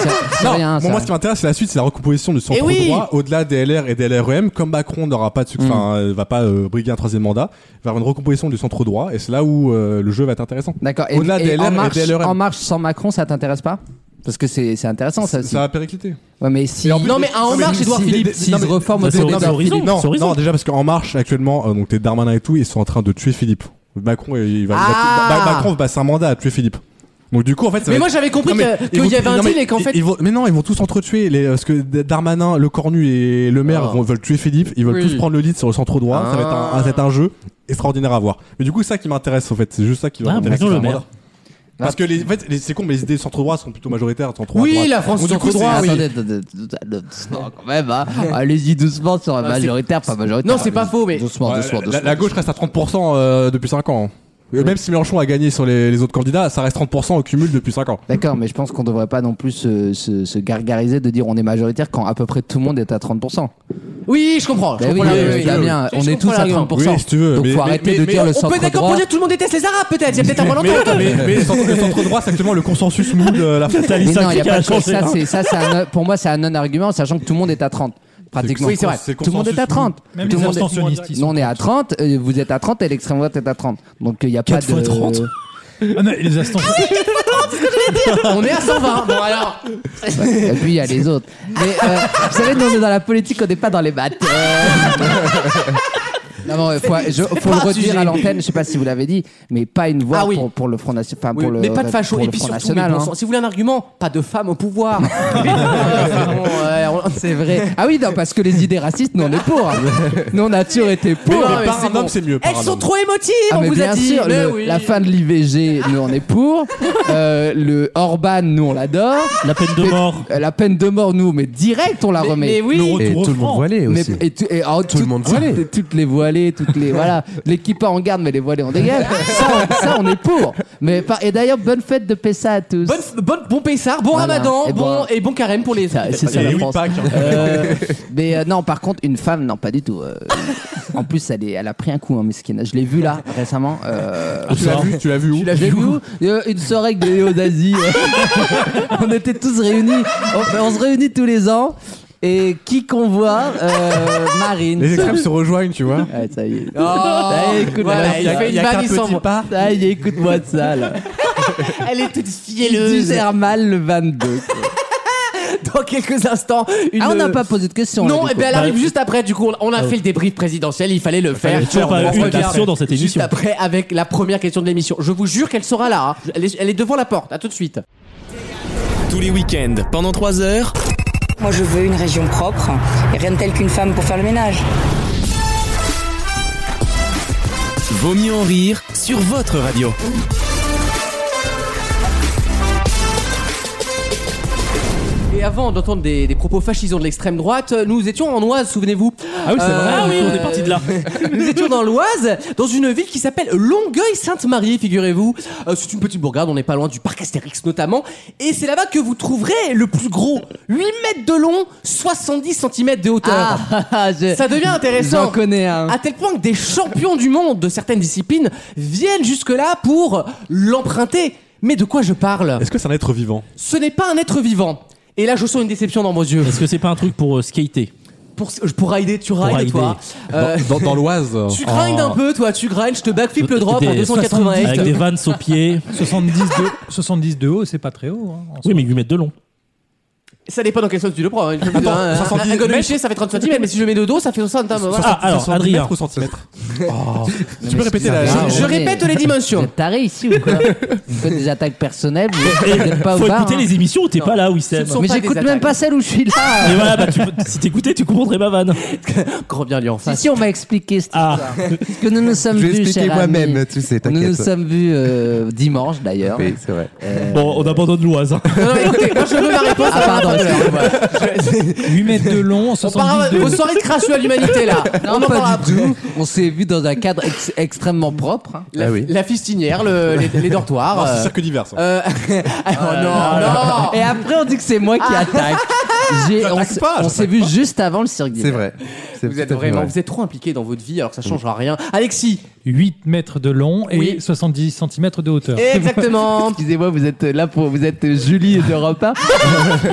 Speaker 5: C'est- c'est
Speaker 7: Non,
Speaker 5: rien,
Speaker 7: bon,
Speaker 5: ça.
Speaker 7: moi, ce qui m'intéresse, c'est la suite, c'est la recomposition du centre
Speaker 2: Eh oui.
Speaker 7: droit au-delà des LR et des LREM. Comme Macron n'aura pas de succès, enfin, euh, va pas euh, briguer un troisième mandat, il va y avoir une recomposition du centre droit, et c'est là où euh, le jeu va être intéressant.
Speaker 5: D'accord. Et,
Speaker 7: Au-delà
Speaker 5: et
Speaker 7: des LR
Speaker 5: en
Speaker 7: et
Speaker 5: marche,
Speaker 7: des LRM.
Speaker 5: en marche sans Macron, ça t'intéresse pas Parce que c'est c'est intéressant ça aussi.
Speaker 7: Ça va péricliter.
Speaker 5: Ouais, mais si.
Speaker 7: Et en plus,
Speaker 2: Non, mais un En
Speaker 5: si-
Speaker 2: Marche,
Speaker 5: si-
Speaker 2: Édouard
Speaker 5: si-
Speaker 2: Philippe,
Speaker 5: S'ils
Speaker 7: non, mais-
Speaker 5: reforment
Speaker 3: Bah, c'est
Speaker 5: Édouard
Speaker 3: Horizon.
Speaker 5: Philippe-
Speaker 3: Philippe,
Speaker 7: Non,
Speaker 3: c'est Horizon.
Speaker 7: non, déjà parce qu'en marche actuellement, euh, donc tes Darmanin et tout, ils sont en train de tuer Philippe. Macron, il va, il va-
Speaker 2: Ah
Speaker 7: Ma- Macron va passer un mandat à tuer Philippe. Donc du coup, en fait, ça
Speaker 2: Mais
Speaker 7: va
Speaker 2: moi
Speaker 7: être-
Speaker 2: j'avais compris
Speaker 7: Non, mais
Speaker 2: que-
Speaker 7: ils
Speaker 2: qu'il
Speaker 7: vont-
Speaker 2: y avait un
Speaker 7: non, mais
Speaker 2: deal et qu'en
Speaker 7: ils-
Speaker 2: fait.
Speaker 7: ils vont- mais non, ils vont tous s'entretuer. les- euh, Parce que D- Darmanin, le Cornu et le maire
Speaker 2: Ah.
Speaker 7: vont, veulent tuer Philippe. Ils veulent
Speaker 2: Oui.
Speaker 7: tous prendre le lead sur le centre droit. Ça, va être un,
Speaker 2: Ah.
Speaker 7: ça va être un jeu extraordinaire à voir. Mais du coup, c'est ça qui m'intéresse en fait. C'est juste ça qui va
Speaker 3: Ah,
Speaker 7: m'intéresser.
Speaker 3: bonjour, le
Speaker 7: dans
Speaker 3: maire.
Speaker 7: mandat. Parce que les, en fait, les- c'est con, mais les idées centre droit sont plutôt majoritaires. Centre droit,
Speaker 2: Oui,
Speaker 7: droite.
Speaker 2: la France
Speaker 7: Donc, du
Speaker 2: centre
Speaker 7: coup,
Speaker 2: droit,
Speaker 7: c'est-
Speaker 2: oui.
Speaker 5: Attendez, attendez, attendez, attendez, doucement quand même. hein. Allez-y doucement sur la
Speaker 2: Ah, c'est-
Speaker 5: majoritaire, pas majoritaire.
Speaker 2: Non, c'est pas faux, mais-
Speaker 5: Doucement,
Speaker 7: Ouais,
Speaker 5: doucement,
Speaker 7: la-
Speaker 5: doucement.
Speaker 7: la, la gauche reste à 30% euh, depuis 5 ans. Et Même si Mélenchon a gagné sur les, les autres candidats, ça reste 30% au cumul depuis 5 ans.
Speaker 5: D'accord, mais je pense qu'on devrait pas non plus se, se- se gargariser de dire on est majoritaire quand à peu près tout le monde est à 30%.
Speaker 7: Bah
Speaker 2: Oui, je comprends. je
Speaker 5: Bah oui,
Speaker 2: comprends
Speaker 5: euh,
Speaker 2: l'argument.
Speaker 5: Damien,
Speaker 2: Je
Speaker 5: on est
Speaker 2: comprends
Speaker 5: tous à
Speaker 2: l'argument.
Speaker 5: 30%.
Speaker 7: Oui, si tu veux,
Speaker 5: Donc
Speaker 7: mais-
Speaker 5: faut
Speaker 7: mais-
Speaker 5: arrêter
Speaker 7: mais-
Speaker 5: de
Speaker 7: mais
Speaker 5: dire le
Speaker 2: On peut
Speaker 5: centre
Speaker 2: d'accord pour
Speaker 5: droit.
Speaker 2: dire que tout le monde déteste les Arabes, peut-être. Il y a peut-être un moment
Speaker 7: Mais, mais, mais le centre- le centre droit, c'est actuellement le consensus mou
Speaker 2: euh,
Speaker 7: de la France.
Speaker 3: Thalys
Speaker 5: Mais non,
Speaker 3: Saki
Speaker 5: y a
Speaker 3: qui
Speaker 5: pas
Speaker 3: a
Speaker 5: de-
Speaker 3: changé.
Speaker 5: ça, c'est- ça, c'est un- pour moi, c'est un non-argument, sachant que tout le monde est à 30. Pratiquement.
Speaker 2: Oui, c'est vrai.
Speaker 7: C'est
Speaker 5: Tout le monde est à 30.
Speaker 6: Même
Speaker 5: tout
Speaker 6: les
Speaker 5: le monde est-
Speaker 6: abstentionnistes. ils
Speaker 5: Nous, on
Speaker 6: sont-
Speaker 5: est à 30, euh, vous êtes à 30 et l'extrême droite est à 30. Donc il n'y a pas de.
Speaker 3: Quatre fois 30.
Speaker 6: Ah non, les abstentionnistes.
Speaker 2: On est à 120. Bon, alors.
Speaker 5: Ouais, Et puis il y a les autres. Mais euh, vous savez, nous on est dans la politique, on n'est pas dans les maths. Euh, Non, non, faut, je- faut
Speaker 2: pas
Speaker 5: le
Speaker 2: un
Speaker 5: redire
Speaker 2: sujet.
Speaker 5: à l'antenne, hein, je sais pas si vous l'avez dit, mais pas une voix
Speaker 2: Ah oui.
Speaker 5: pour, pour le Front National. enfin,
Speaker 2: Oui,
Speaker 5: pour le-
Speaker 2: mais pas de facho.
Speaker 5: pour
Speaker 2: Et
Speaker 5: le
Speaker 2: puis
Speaker 5: Front
Speaker 2: surtout,
Speaker 5: National,
Speaker 2: mais bon
Speaker 5: hein.
Speaker 2: sang, si vous voulez un argument, pas de femmes au pouvoir. Ouais, bon, ouais, on-
Speaker 5: C'est vrai. Ah oui, non, parce que les idées racistes, nous on est pour. nous on a toujours été pour.
Speaker 2: Mais non, mais
Speaker 7: par un
Speaker 2: c'est
Speaker 7: homme,
Speaker 2: bon.
Speaker 7: c'est mieux, par
Speaker 2: Elles
Speaker 7: un
Speaker 2: sont
Speaker 7: homme.
Speaker 2: trop émotives,
Speaker 5: Ah,
Speaker 2: on
Speaker 5: mais
Speaker 2: vous
Speaker 5: bien
Speaker 2: a dit.
Speaker 5: sûr,
Speaker 2: Mais
Speaker 5: le-
Speaker 2: oui.
Speaker 5: la fin de l'IVG, nous on est pour. Euh, le Orban, nous on l'adore.
Speaker 3: La peine de mort.
Speaker 5: Euh, La peine de mort, nous, mais direct on la
Speaker 2: Mais-
Speaker 5: remet.
Speaker 2: mais oui.
Speaker 12: Et tout le monde voilé
Speaker 5: Mais-
Speaker 12: aussi.
Speaker 5: et tu- et en tout-
Speaker 12: le monde
Speaker 5: toutes-
Speaker 12: voilé.
Speaker 5: Toutes les voilées.
Speaker 10: voilées, toutes les voilà, les kippas en garde, mais les voilées on dégage. Ça, on- ça, on est pour. Mais par- et d'ailleurs, bonne fête de Pessa à tous.
Speaker 2: Bonne, bonne, bon Pessard, bon
Speaker 10: Voilà.
Speaker 2: Ramadan,
Speaker 10: Et
Speaker 2: bon,
Speaker 10: bon-
Speaker 2: et bon carême pour les.
Speaker 10: C'est ça la France. Euh, mais euh, non, par contre, une femme, non, pas du tout. Euh, en plus, elle, est, elle a pris un coup, hein, mesquine. Je l'ai vu là récemment. euh,
Speaker 7: Tu l'as vu- tu l'as vu où
Speaker 10: Tu l'as vu où Euh, Une soirée avec des Léo d'Asie. euh. on était tous réunis. On, on se réunit tous les ans. Et qui qu'on voit euh, Marine.
Speaker 7: Les extrêmes se rejoignent, tu vois.
Speaker 10: Ouais, ça y est.
Speaker 2: Oh,
Speaker 10: Ah, écoute-moi
Speaker 2: voilà,
Speaker 10: ça.
Speaker 2: il fait une vanne, il s'en va.
Speaker 10: Ah, y est, écoute-moi de ça, là.
Speaker 2: Elle est toute
Speaker 10: Tu
Speaker 2: fielleuse.
Speaker 10: gères mal le 22. quoi.
Speaker 2: Dans quelques instants. Une...
Speaker 10: Ah, on n'a pas posé de questions.
Speaker 2: Non,
Speaker 10: là,
Speaker 2: et
Speaker 10: du
Speaker 2: ben elle
Speaker 10: coup.
Speaker 3: Bah,
Speaker 2: arrive juste après. Du coup, on- on a
Speaker 10: Ah oui.
Speaker 2: fait le débrief présidentiel. Il fallait le
Speaker 3: fallait
Speaker 2: faire.
Speaker 3: toujours pas
Speaker 2: On
Speaker 3: une
Speaker 2: revient
Speaker 3: question dans cette
Speaker 2: Juste
Speaker 3: émission.
Speaker 2: après, avec la première question de l'émission. Je vous jure qu'elle sera là. hein. Elle est- elle est devant la porte. À tout de suite.
Speaker 1: Tous les week-ends, pendant 3 heures.
Speaker 13: Moi, je veux une région propre et rien de tel qu'une femme pour faire le ménage.
Speaker 1: Vaut mieux en rire sur votre radio.
Speaker 2: Et avant d'entendre des, des propos fascisants de l'extrême droite, euh, nous étions en Oise, souvenez-vous. Euh,
Speaker 3: Ah oui, c'est vrai, ah oui, on est parti de là.
Speaker 2: nous étions dans l'Oise, dans une ville qui s'appelle Longueuil-Sainte-Marie, figurez-vous. Euh, c'est une petite bourgade, on n'est pas loin du parc Astérix notamment. Et c'est là-bas que vous trouverez le plus gros, 8 mètres de long, 70 cm de hauteur.
Speaker 10: Ah, je-
Speaker 2: Ça devient intéressant.
Speaker 10: J'en connais un.
Speaker 2: À tel point que des champions du monde de certaines disciplines viennent jusque-là pour l'emprunter. Mais de quoi je parle
Speaker 7: Est-ce que c'est un être vivant
Speaker 2: ce n'est pas un être vivant. Et là, je sens une déception dans vos yeux.
Speaker 3: Est-ce que c'est pas un truc pour euh, skater
Speaker 2: Pour, pour rider, tu rides,
Speaker 3: rider.
Speaker 2: toi. Euh,
Speaker 7: Dans, dans l'Oise.
Speaker 2: tu grindes un peu, toi, tu grindes, je te backflip le drop
Speaker 3: Oh. Euh, Des-
Speaker 2: en 280
Speaker 3: Avec des vannes aux pieds.
Speaker 5: Ah
Speaker 6: 70 de, 70 de haut, c'est pas très haut. hein, en
Speaker 3: Oui, mais 8 mètres de long.
Speaker 2: Ça dépend dans quel sens tu le prends. hein.
Speaker 7: Attends,
Speaker 2: un, un-
Speaker 7: 70
Speaker 2: un golem
Speaker 7: mètres.
Speaker 2: pied, ça fait 30 cm, mais si je mets de dos, ça fait 60 voilà.
Speaker 3: Ah, alors,
Speaker 7: 60
Speaker 3: Adrien.
Speaker 7: mètres ou centimètres
Speaker 10: Tu peux
Speaker 7: Oh. répéter la-
Speaker 2: Je-
Speaker 10: Euh,
Speaker 2: je répète les dimensions.
Speaker 10: Ah, Vous êtes tarés ici ou quoi Vous faites des attaques personnelles, vous
Speaker 3: Et
Speaker 10: n'êtes pas au
Speaker 3: faut
Speaker 10: bar.
Speaker 3: écouter
Speaker 10: hein.
Speaker 3: les émissions où t'es pas là, Wissem.
Speaker 2: Ce sont
Speaker 10: Mais
Speaker 2: pas
Speaker 10: j'écoute
Speaker 2: des
Speaker 10: même
Speaker 2: attaques. Ah.
Speaker 10: pas celle où je suis là.
Speaker 3: Et voilà, bah, tu peux- si t'écoutais, tu comprendrais ma vanne.
Speaker 2: Grand Ah, bien lui en
Speaker 10: Si,
Speaker 2: face.
Speaker 10: si, on m'a expliqué cette
Speaker 3: Ah.
Speaker 10: histoire. Parce que nous nous sommes
Speaker 5: Je vais
Speaker 10: vus,
Speaker 5: expliquer
Speaker 10: cher
Speaker 5: moi-même,
Speaker 10: ami.
Speaker 5: tu sais,
Speaker 10: Nous nous
Speaker 5: t'inquiète.
Speaker 10: sommes vus euh, dimanche d'ailleurs.
Speaker 5: Oui, c'est vrai.
Speaker 3: Ah. Bon, on abandonne l'Oise. hein.
Speaker 2: Non, non, écoutez, moi je veux ma réponse.
Speaker 10: Ah pardon, excusez-moi.
Speaker 6: 8 mètres de long,
Speaker 2: On part
Speaker 6: 70 de
Speaker 2: aux
Speaker 6: haut.
Speaker 2: soirées de crasseux à l'humanité là.
Speaker 10: Non,
Speaker 2: on en parlera
Speaker 10: pas
Speaker 2: après.
Speaker 10: du tout. On s'est vus dans un cadre ex- extrêmement propre. hein.
Speaker 2: La,
Speaker 5: Ah oui.
Speaker 2: la fistinière, le- les, les dortoirs.
Speaker 7: Non,
Speaker 2: euh,
Speaker 7: c'est cirque divers. ça.
Speaker 2: euh, oh Ah. non, non.
Speaker 10: Et après, on dit que c'est moi qui attaque. J'ai- on s'est-
Speaker 7: pas,
Speaker 10: on s'est vu juste avant le cirque du
Speaker 5: C'est vrai. C'est
Speaker 2: Vous
Speaker 5: tout à
Speaker 2: êtes
Speaker 5: fait
Speaker 2: vraiment,
Speaker 5: vrai.
Speaker 2: vous êtes trop impliqué dans votre vie alors que ça changera rien. Alexis,
Speaker 6: 8 mètres de long et
Speaker 2: Oui.
Speaker 6: 70 cm de hauteur.
Speaker 2: exactement.
Speaker 10: Excusez-moi, vous êtes là pour. Vous êtes Julie d'Europe 1.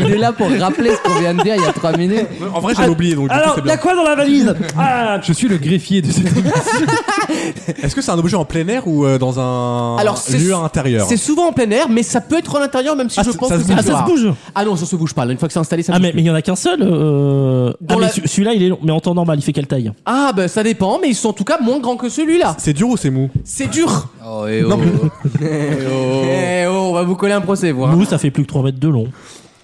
Speaker 10: Il est là pour rappeler ce qu'on vient de dire il y a 3 minutes.
Speaker 7: En vrai, j'avais oublié, donc du coup,
Speaker 3: Alors,
Speaker 7: c'est
Speaker 3: y'a
Speaker 7: bien.
Speaker 3: quoi dans la valise Ah,
Speaker 6: Je suis le greffier de cette
Speaker 7: Est-ce que c'est un objet en plein air ou euh, dans un
Speaker 2: Alors, c'est-
Speaker 7: lieu intérieur
Speaker 2: C'est souvent en plein air, mais ça peut être en intérieur, même si
Speaker 7: Ah,
Speaker 2: je
Speaker 7: ça-
Speaker 2: pense
Speaker 7: ça
Speaker 2: que
Speaker 7: se
Speaker 2: c'est
Speaker 7: bouge.
Speaker 2: le
Speaker 3: Ah, ça
Speaker 2: soir.
Speaker 3: se bouge
Speaker 2: Ah non, ça se bouge pas. là, Une fois que c'est installé, ça
Speaker 3: Ah,
Speaker 2: bouge
Speaker 3: mais mais il
Speaker 2: plus.
Speaker 3: y en a qu'un seul. euh,
Speaker 2: Dans
Speaker 3: Ah, mais
Speaker 2: la-
Speaker 3: ce- celui-là, il est long. Mais en temps normal, il fait quelle taille
Speaker 2: Ah, bah ça dépend, mais ils sont en tout cas moins grands que celui-là.
Speaker 7: C'est dur ou c'est mou
Speaker 2: C'est dur.
Speaker 10: Oh, et oh. Eh oh.
Speaker 2: Eh oh, on va vous coller un procès, vous. hein.
Speaker 3: Nous, ça fait plus que 3 mètres de long.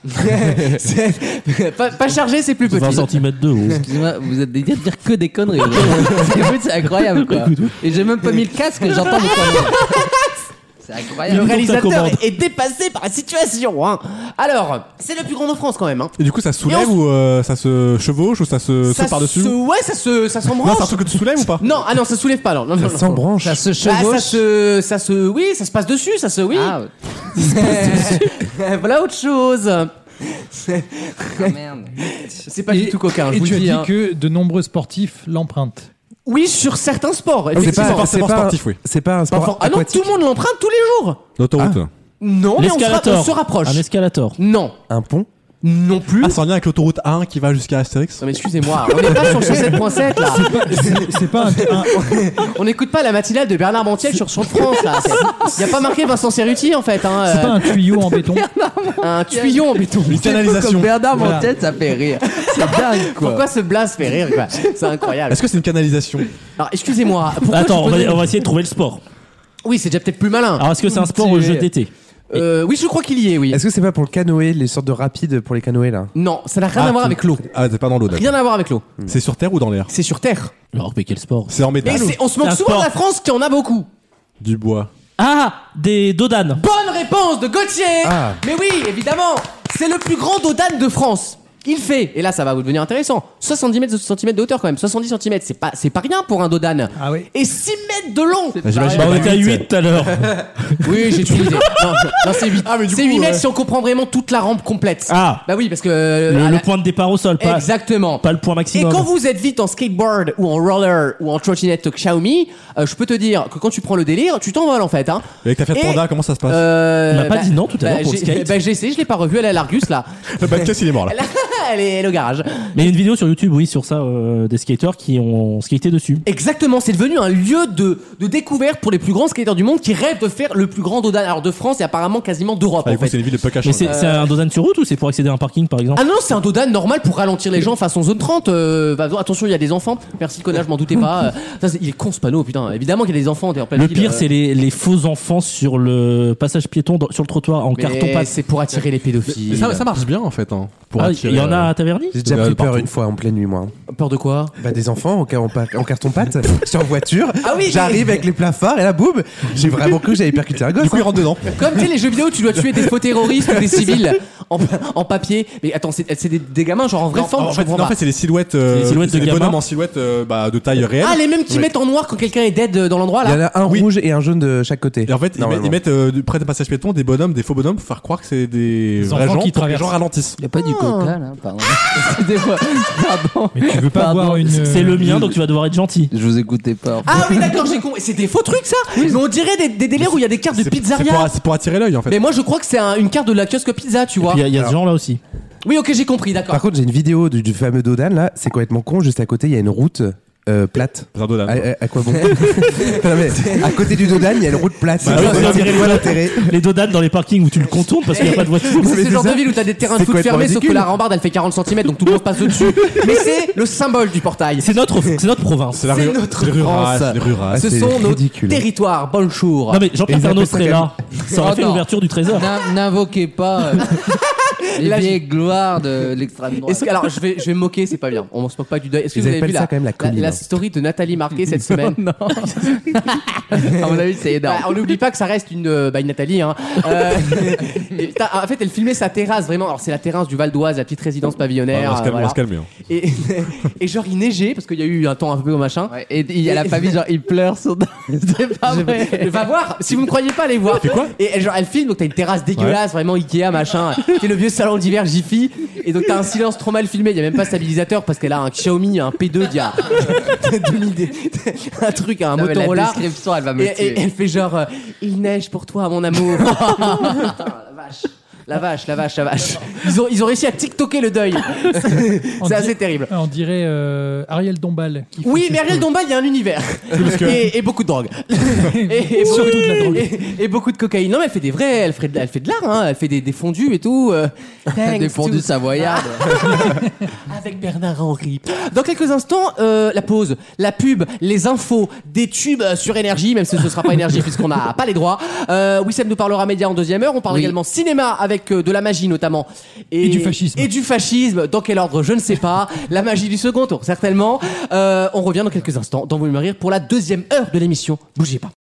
Speaker 2: C'est- pas, pas chargé, c'est plus
Speaker 3: 20
Speaker 2: petit.
Speaker 3: cm de haut.
Speaker 10: Excusez-moi, vous êtes dédié de dire que des conneries. aujourd'hui. Écoute, c'est incroyable quoi. Et j'ai même pas mis le casque, j'entends vos conneries. C'est
Speaker 2: Le
Speaker 10: incroyable.
Speaker 2: réalisateur
Speaker 3: commande.
Speaker 2: est dépassé par la situation. hein. Alors, c'est le plus grand en France quand même. hein.
Speaker 7: Et du coup, ça se soulève
Speaker 2: Et on-
Speaker 7: ou euh, ça se chevauche ou ça se Euh, saute par-dessus
Speaker 2: se- Ouais, ça se, ça
Speaker 7: Non, c'est un
Speaker 2: s'embranche.
Speaker 7: truc que tu soulèves ou pas
Speaker 2: Non, ah non, ça soulève pas. Non, non, non, non.
Speaker 7: s'embranche.
Speaker 10: Ça se
Speaker 2: Bah,
Speaker 10: chevauche.
Speaker 2: ça se, ça se, oui, ça se passe dessus, ça se, oui.
Speaker 10: Ah,
Speaker 2: voilà autre chose.
Speaker 10: oh, merde.
Speaker 2: C'est pas du tout coquin, je
Speaker 6: Et
Speaker 2: vous
Speaker 6: tu
Speaker 2: le
Speaker 6: as
Speaker 2: dis.
Speaker 6: dit
Speaker 2: hein.
Speaker 6: que de nombreux sportifs l'empruntent.
Speaker 2: Oui, sur certains sports.
Speaker 7: C'est
Speaker 2: effectivement.
Speaker 7: pas
Speaker 5: Ah c'est
Speaker 7: forcément
Speaker 5: pas-
Speaker 7: sportif, oui.
Speaker 5: C'est pas un
Speaker 2: Pas
Speaker 5: sport
Speaker 2: for- Ah non, tout
Speaker 5: aquatique.
Speaker 2: le monde l'emprunte tous les jours.
Speaker 7: L'autoroute.
Speaker 2: Non, mais on se, ra-
Speaker 3: L'escalator.
Speaker 2: on se rapproche.
Speaker 3: Un escalator.
Speaker 2: Non,
Speaker 5: Un pont
Speaker 2: non plus.
Speaker 7: Ah, c'est en lien avec l'autoroute 1 qui va jusqu'à Astérix
Speaker 2: Non mais excusez-moi, on n'est pas sur 107.7 là.
Speaker 6: C'est pas un- un-
Speaker 2: On n'écoute pas la matinale de Bernard Montiel sur Chant France là. Il y a pas marqué Vincent Cerruti en fait. Hein, euh,
Speaker 6: c'est pas un tuyau en béton.
Speaker 2: un... tuyau en béton.
Speaker 7: Une canalisation.
Speaker 10: Comme Bernard
Speaker 6: Voilà.
Speaker 10: Montiel, ça fait rire. C'est dingue quoi.
Speaker 2: Pourquoi ce blase fait rire quoi C'est incroyable.
Speaker 7: Est-ce que c'est une canalisation
Speaker 2: Alors excusez-moi. pourquoi
Speaker 3: Attends,
Speaker 2: je
Speaker 3: on
Speaker 2: vous
Speaker 3: va, Ah,
Speaker 2: donne-
Speaker 3: on va essayer de trouver le sport.
Speaker 2: Oui, c'est déjà peut-être plus malin.
Speaker 3: Alors, est-ce que c'est un sport au jeu d'été
Speaker 2: Euh, oui, je crois qu'il y est, oui.
Speaker 5: Est-ce que c'est pas pour le canoë, les sortes de rapides pour les canoës là
Speaker 2: Non, ça n'a rien à voir avec l'eau.
Speaker 7: Ah, c'est pas dans l'eau, d'accord.
Speaker 2: Rien à voir avec l'eau.
Speaker 7: C'est sur terre ou dans l'air
Speaker 2: C'est sur Terre.
Speaker 3: Alors, mais quel sport
Speaker 7: Ah, C'est en
Speaker 2: Et
Speaker 7: métal ou
Speaker 2: c'est- on se moque
Speaker 3: Un
Speaker 2: souvent
Speaker 3: sport.
Speaker 2: de la France qui en a beaucoup.
Speaker 7: du bois
Speaker 3: Ah Des dodanes
Speaker 2: Bonne réponse de Gauthier
Speaker 5: Ah.
Speaker 2: Mais oui, évidemment, c'est le plus grand dodan de France. Il fait, et là ça va vous devenir intéressant, 70 mètres, cm de hauteur quand même. 70 cm, c'est pas, c'est pas rien pour un dodan.
Speaker 6: Ah
Speaker 2: Et 6 mètres de long
Speaker 3: J'imagine Bah, on était à 8 tout à l'heure.
Speaker 2: Oui, j'ai tout misé. Non, non, c'est 8.
Speaker 3: Ah, mais du
Speaker 2: c'est
Speaker 3: coup,
Speaker 2: 8 mètres
Speaker 3: ouais.
Speaker 2: si on comprend vraiment toute la rampe complète.
Speaker 3: Ah.
Speaker 2: Bah oui, parce que.
Speaker 3: Le,
Speaker 2: à
Speaker 3: le
Speaker 2: la-
Speaker 3: point de départ au sol, pas,
Speaker 2: Exactement.
Speaker 3: pas le point maximum.
Speaker 2: Et quand vous êtes vite en skateboard ou en roller ou en trottinette Xiaomi, euh, je peux te dire que quand tu prends le délire, tu t'envoles en fait. Hein.
Speaker 7: Avec ta Fiat
Speaker 2: Et-
Speaker 7: Panda, comment ça se passe
Speaker 2: Euh,
Speaker 7: On n'a pas
Speaker 2: bah,
Speaker 7: dit non tout à
Speaker 2: bah,
Speaker 7: l'heure pour le
Speaker 2: j'ai-
Speaker 7: skate.
Speaker 2: Bah, j'ai essayé, je l'ai pas revu, elle est à l'Argus là.
Speaker 7: Le podcast, il est mort là.
Speaker 2: Elle, elle est, elle est au garage.
Speaker 3: Mais il y a une vidéo sur YouTube, oui, sur ça, euh, des skateurs qui ont skaté dessus.
Speaker 2: Exactement, c'est devenu un lieu de, de découverte pour les plus grands skateurs du monde qui rêvent de faire le plus grand dodan alors de France et apparemment quasiment
Speaker 7: Ah,
Speaker 2: d'Europe. en fait.
Speaker 3: Mais c'est c'est un dodan sur route ou c'est pour accéder à un parking par exemple
Speaker 2: Ah non, c'est un dodan normal pour ralentir les gens façon zone 30. euh, bah, attention, il y a des enfants. Merci le connard, je m'en doutais pas. Euh, ça, c'est- il est con ce panneau, putain. Évidemment qu'il y a des enfants. on est en pleine
Speaker 3: Le
Speaker 2: ville,
Speaker 3: pire,
Speaker 2: euh,
Speaker 3: c'est les, les faux enfants sur le passage piéton, dans- sur le trottoir en
Speaker 2: Mais
Speaker 3: carton pâte.
Speaker 2: c'est pour attirer les pédophiles.
Speaker 7: Mais ça, ça marche bien en fait. Hein, pour
Speaker 3: Ah,
Speaker 7: attirer,
Speaker 3: il y en a
Speaker 7: euh,
Speaker 3: à Taverny
Speaker 5: J'ai déjà pris peur une fois en pleine nuit, moi.
Speaker 2: Peur de quoi
Speaker 5: Bah des enfants en, car- en, pa- en carton pâte. J'étais en voiture.
Speaker 2: Ah oui, mais-
Speaker 5: J'arrive avec les plafards et là boum. J'ai vraiment cru que j'avais percuté un gosse. hein. Du coup,
Speaker 7: il rentre dedans.
Speaker 2: Comme tu sais, les jeux vidéo, tu dois tuer des faux terroristes ou des civils en, en papier. Mais attends, c'est c'est des, des gamins, genre en vraie
Speaker 7: Non,
Speaker 2: forme.
Speaker 7: Ah, en
Speaker 2: je
Speaker 7: fait,
Speaker 2: comprends
Speaker 7: non, en
Speaker 2: pas.
Speaker 7: fait, c'est les silhouettes, euh,
Speaker 3: C'est les silhouettes de
Speaker 7: c'est les
Speaker 3: gamins.
Speaker 7: bonhommes en silhouette euh, bah, de taille réelle.
Speaker 2: Ah, les mêmes qui
Speaker 7: Oui.
Speaker 2: mettent en noir quand quelqu'un est dead euh, dans l'endroit
Speaker 5: Il y en
Speaker 2: là.
Speaker 5: a un rouge et un jaune de chaque côté.
Speaker 7: Et en fait, ils mettent,
Speaker 5: Normalement.
Speaker 7: ils mettent euh, du- près des passages piétons des bonhommes, des faux bonhommes pour faire croire que c'est
Speaker 5: Des
Speaker 7: des vrais
Speaker 5: enfants
Speaker 7: gens
Speaker 5: qui
Speaker 7: pour que les
Speaker 5: traversent.
Speaker 7: gens ralentissent.
Speaker 10: Il a pas
Speaker 2: Oh.
Speaker 10: du coca là, pardon. Excusez-moi. Pardon.
Speaker 6: Mais tu veux pas
Speaker 10: Pardon.
Speaker 6: avoir une.
Speaker 3: C'est le mien, donc tu vas devoir être gentil.
Speaker 10: Je vous écoutais pas. en fait.
Speaker 2: Ah oui, d'accord, j'ai con. C'est des faux trucs ça Mais on dirait des, des délires où il y a des cartes de
Speaker 7: C'est- C'est pour,
Speaker 2: pizzeria.
Speaker 7: c'est pour attirer l'œil en fait.
Speaker 2: Mais moi, je crois que c'est un- une carte de la kiosque pizza, tu vois.
Speaker 3: Il y a, il y a ce genre là aussi.
Speaker 2: Oui, ok, j'ai compris, d'accord.
Speaker 5: Par contre, j'ai une vidéo du, du fameux Dodan là, c'est complètement con. Juste à côté, il y a une route euh, plate.
Speaker 7: Dodan.
Speaker 5: À,
Speaker 2: Eh,
Speaker 5: à- à quoi bon Non, mais à côté du Dodan, il y a une route plate.
Speaker 3: Bah
Speaker 5: C'est
Speaker 3: oui,
Speaker 5: quoi-
Speaker 3: on dirait
Speaker 5: c'est
Speaker 3: les
Speaker 5: quoi
Speaker 3: dodanes-
Speaker 5: l'intérêt
Speaker 3: Les dodanes dans les parkings où tu le contournes parce qu'il n'y a pas de voiture.
Speaker 2: C'est
Speaker 5: Mais
Speaker 2: ce genre
Speaker 5: c'est
Speaker 2: de
Speaker 5: ça.
Speaker 2: ville où t'as des terrains de
Speaker 5: C'est
Speaker 2: foot
Speaker 5: complètement
Speaker 2: fermés, sauf que
Speaker 5: ridicule.
Speaker 2: la rambarde elle fait 40 cm donc tout le monde passe au-dessus. Mais c'est le symbole du portail.
Speaker 3: C'est notre, c'est notre province.
Speaker 7: la
Speaker 2: C'est
Speaker 7: rue-
Speaker 2: notre
Speaker 7: c'est les rurales,
Speaker 2: France.
Speaker 7: c'est les rurales.
Speaker 2: Ce
Speaker 7: C'est
Speaker 2: sont nos
Speaker 5: ridicule.
Speaker 2: territoires. Bonjour.
Speaker 3: Non mais Jean-Pierre
Speaker 5: Et ils
Speaker 3: Pernaut
Speaker 5: appellent
Speaker 3: serait
Speaker 5: ça
Speaker 3: là. Ça aurait fait
Speaker 10: Attends.
Speaker 3: l'ouverture du trésor.
Speaker 10: N'in- N'invoquez pas euh, les
Speaker 2: Là,
Speaker 10: vieilles gloires de l'extrême droite.
Speaker 2: Est-ce que- alors je vais, je vais me moquer, c'est pas bien. On se moque pas du deuil. Est-ce que
Speaker 5: Ils
Speaker 2: vous avez
Speaker 5: appellent
Speaker 2: vu
Speaker 5: ça
Speaker 2: la,
Speaker 5: quand même la commune, hein.
Speaker 2: story de Nathalie Marquet cette semaine
Speaker 10: Non. à mon avis, c'est énorme.
Speaker 2: Bah, on n'oublie pas que ça reste une, euh, bah, une Nathalie. Hein. Euh, et putain, en fait, elle filmait sa terrasse vraiment. Alors, c'est la terrasse du Val d'Oise, la petite résidence
Speaker 7: Ah,
Speaker 2: pavillonnaire.
Speaker 7: on va se
Speaker 2: euh,
Speaker 7: calmer, on va
Speaker 2: voilà.
Speaker 7: se calmer. hein.
Speaker 2: Et, et genre, il neigeait parce qu'il y a eu un temps un peu machin.
Speaker 10: Ouais, et il y a la famille, genre, ils pleurent son. c'est pas vrai.
Speaker 2: Mais Va voir, si vous me croyez pas, allez voir.
Speaker 7: quoi
Speaker 2: et elle, genre, elle filme, donc t'as une terrasse dégueulasse, vraiment Ikea, machin. T'es le vieux salon d'hiver Jiffy. Et donc t'as un silence trop mal filmé, il y a même pas stabilisateur parce qu'elle a un Xiaomi, un P2 d'il y a 2000 des- un truc, un
Speaker 10: Non, mais la
Speaker 2: Motorola.
Speaker 10: description, elle va me
Speaker 2: Et, et-
Speaker 10: tuer.
Speaker 2: elle fait genre, euh, il neige pour toi, mon amour. Ah, Putain, la vache. La vache, la vache, la vache. Ils ont, ils ont réussi à tiktoker le deuil.
Speaker 6: On
Speaker 2: C'est
Speaker 6: dit-
Speaker 2: assez terrible.
Speaker 6: On dirait euh, Ariel Dombal. qui fait
Speaker 2: Oui,
Speaker 6: ses
Speaker 2: mais Ariel
Speaker 6: trucs.
Speaker 2: Dombal, il y a un univers.
Speaker 7: que-
Speaker 2: Et, et beaucoup de drogue. et, et
Speaker 6: Surtout
Speaker 2: beaucoup-
Speaker 6: de la drogue.
Speaker 2: Et, et beaucoup de cocaïne. Non, mais elle fait des vrais, elle fait de, elle fait de l'art, hein. elle fait des, des fondus et tout. euh, thanks
Speaker 10: Des fondus
Speaker 2: to-
Speaker 10: savoyardes.
Speaker 2: Avec Bernard Henry. Dans quelques instants, euh, la pause, la pub, les infos, des tubes euh, sur énergie, même si ce ne sera pas énergie puisqu'on n'a pas les droits. Euh, Wissem nous parlera médias en deuxième heure. On parle
Speaker 10: Oui.
Speaker 2: également cinéma avec euh, de la magie notamment. Et,
Speaker 6: Et du fascisme.
Speaker 2: Et du fascisme. Dans quel ordre Je ne sais pas. la magie du second tour, certainement. Euh, on revient dans quelques instants dans Vous me rire pour la deuxième heure de l'émission. Bougez pas.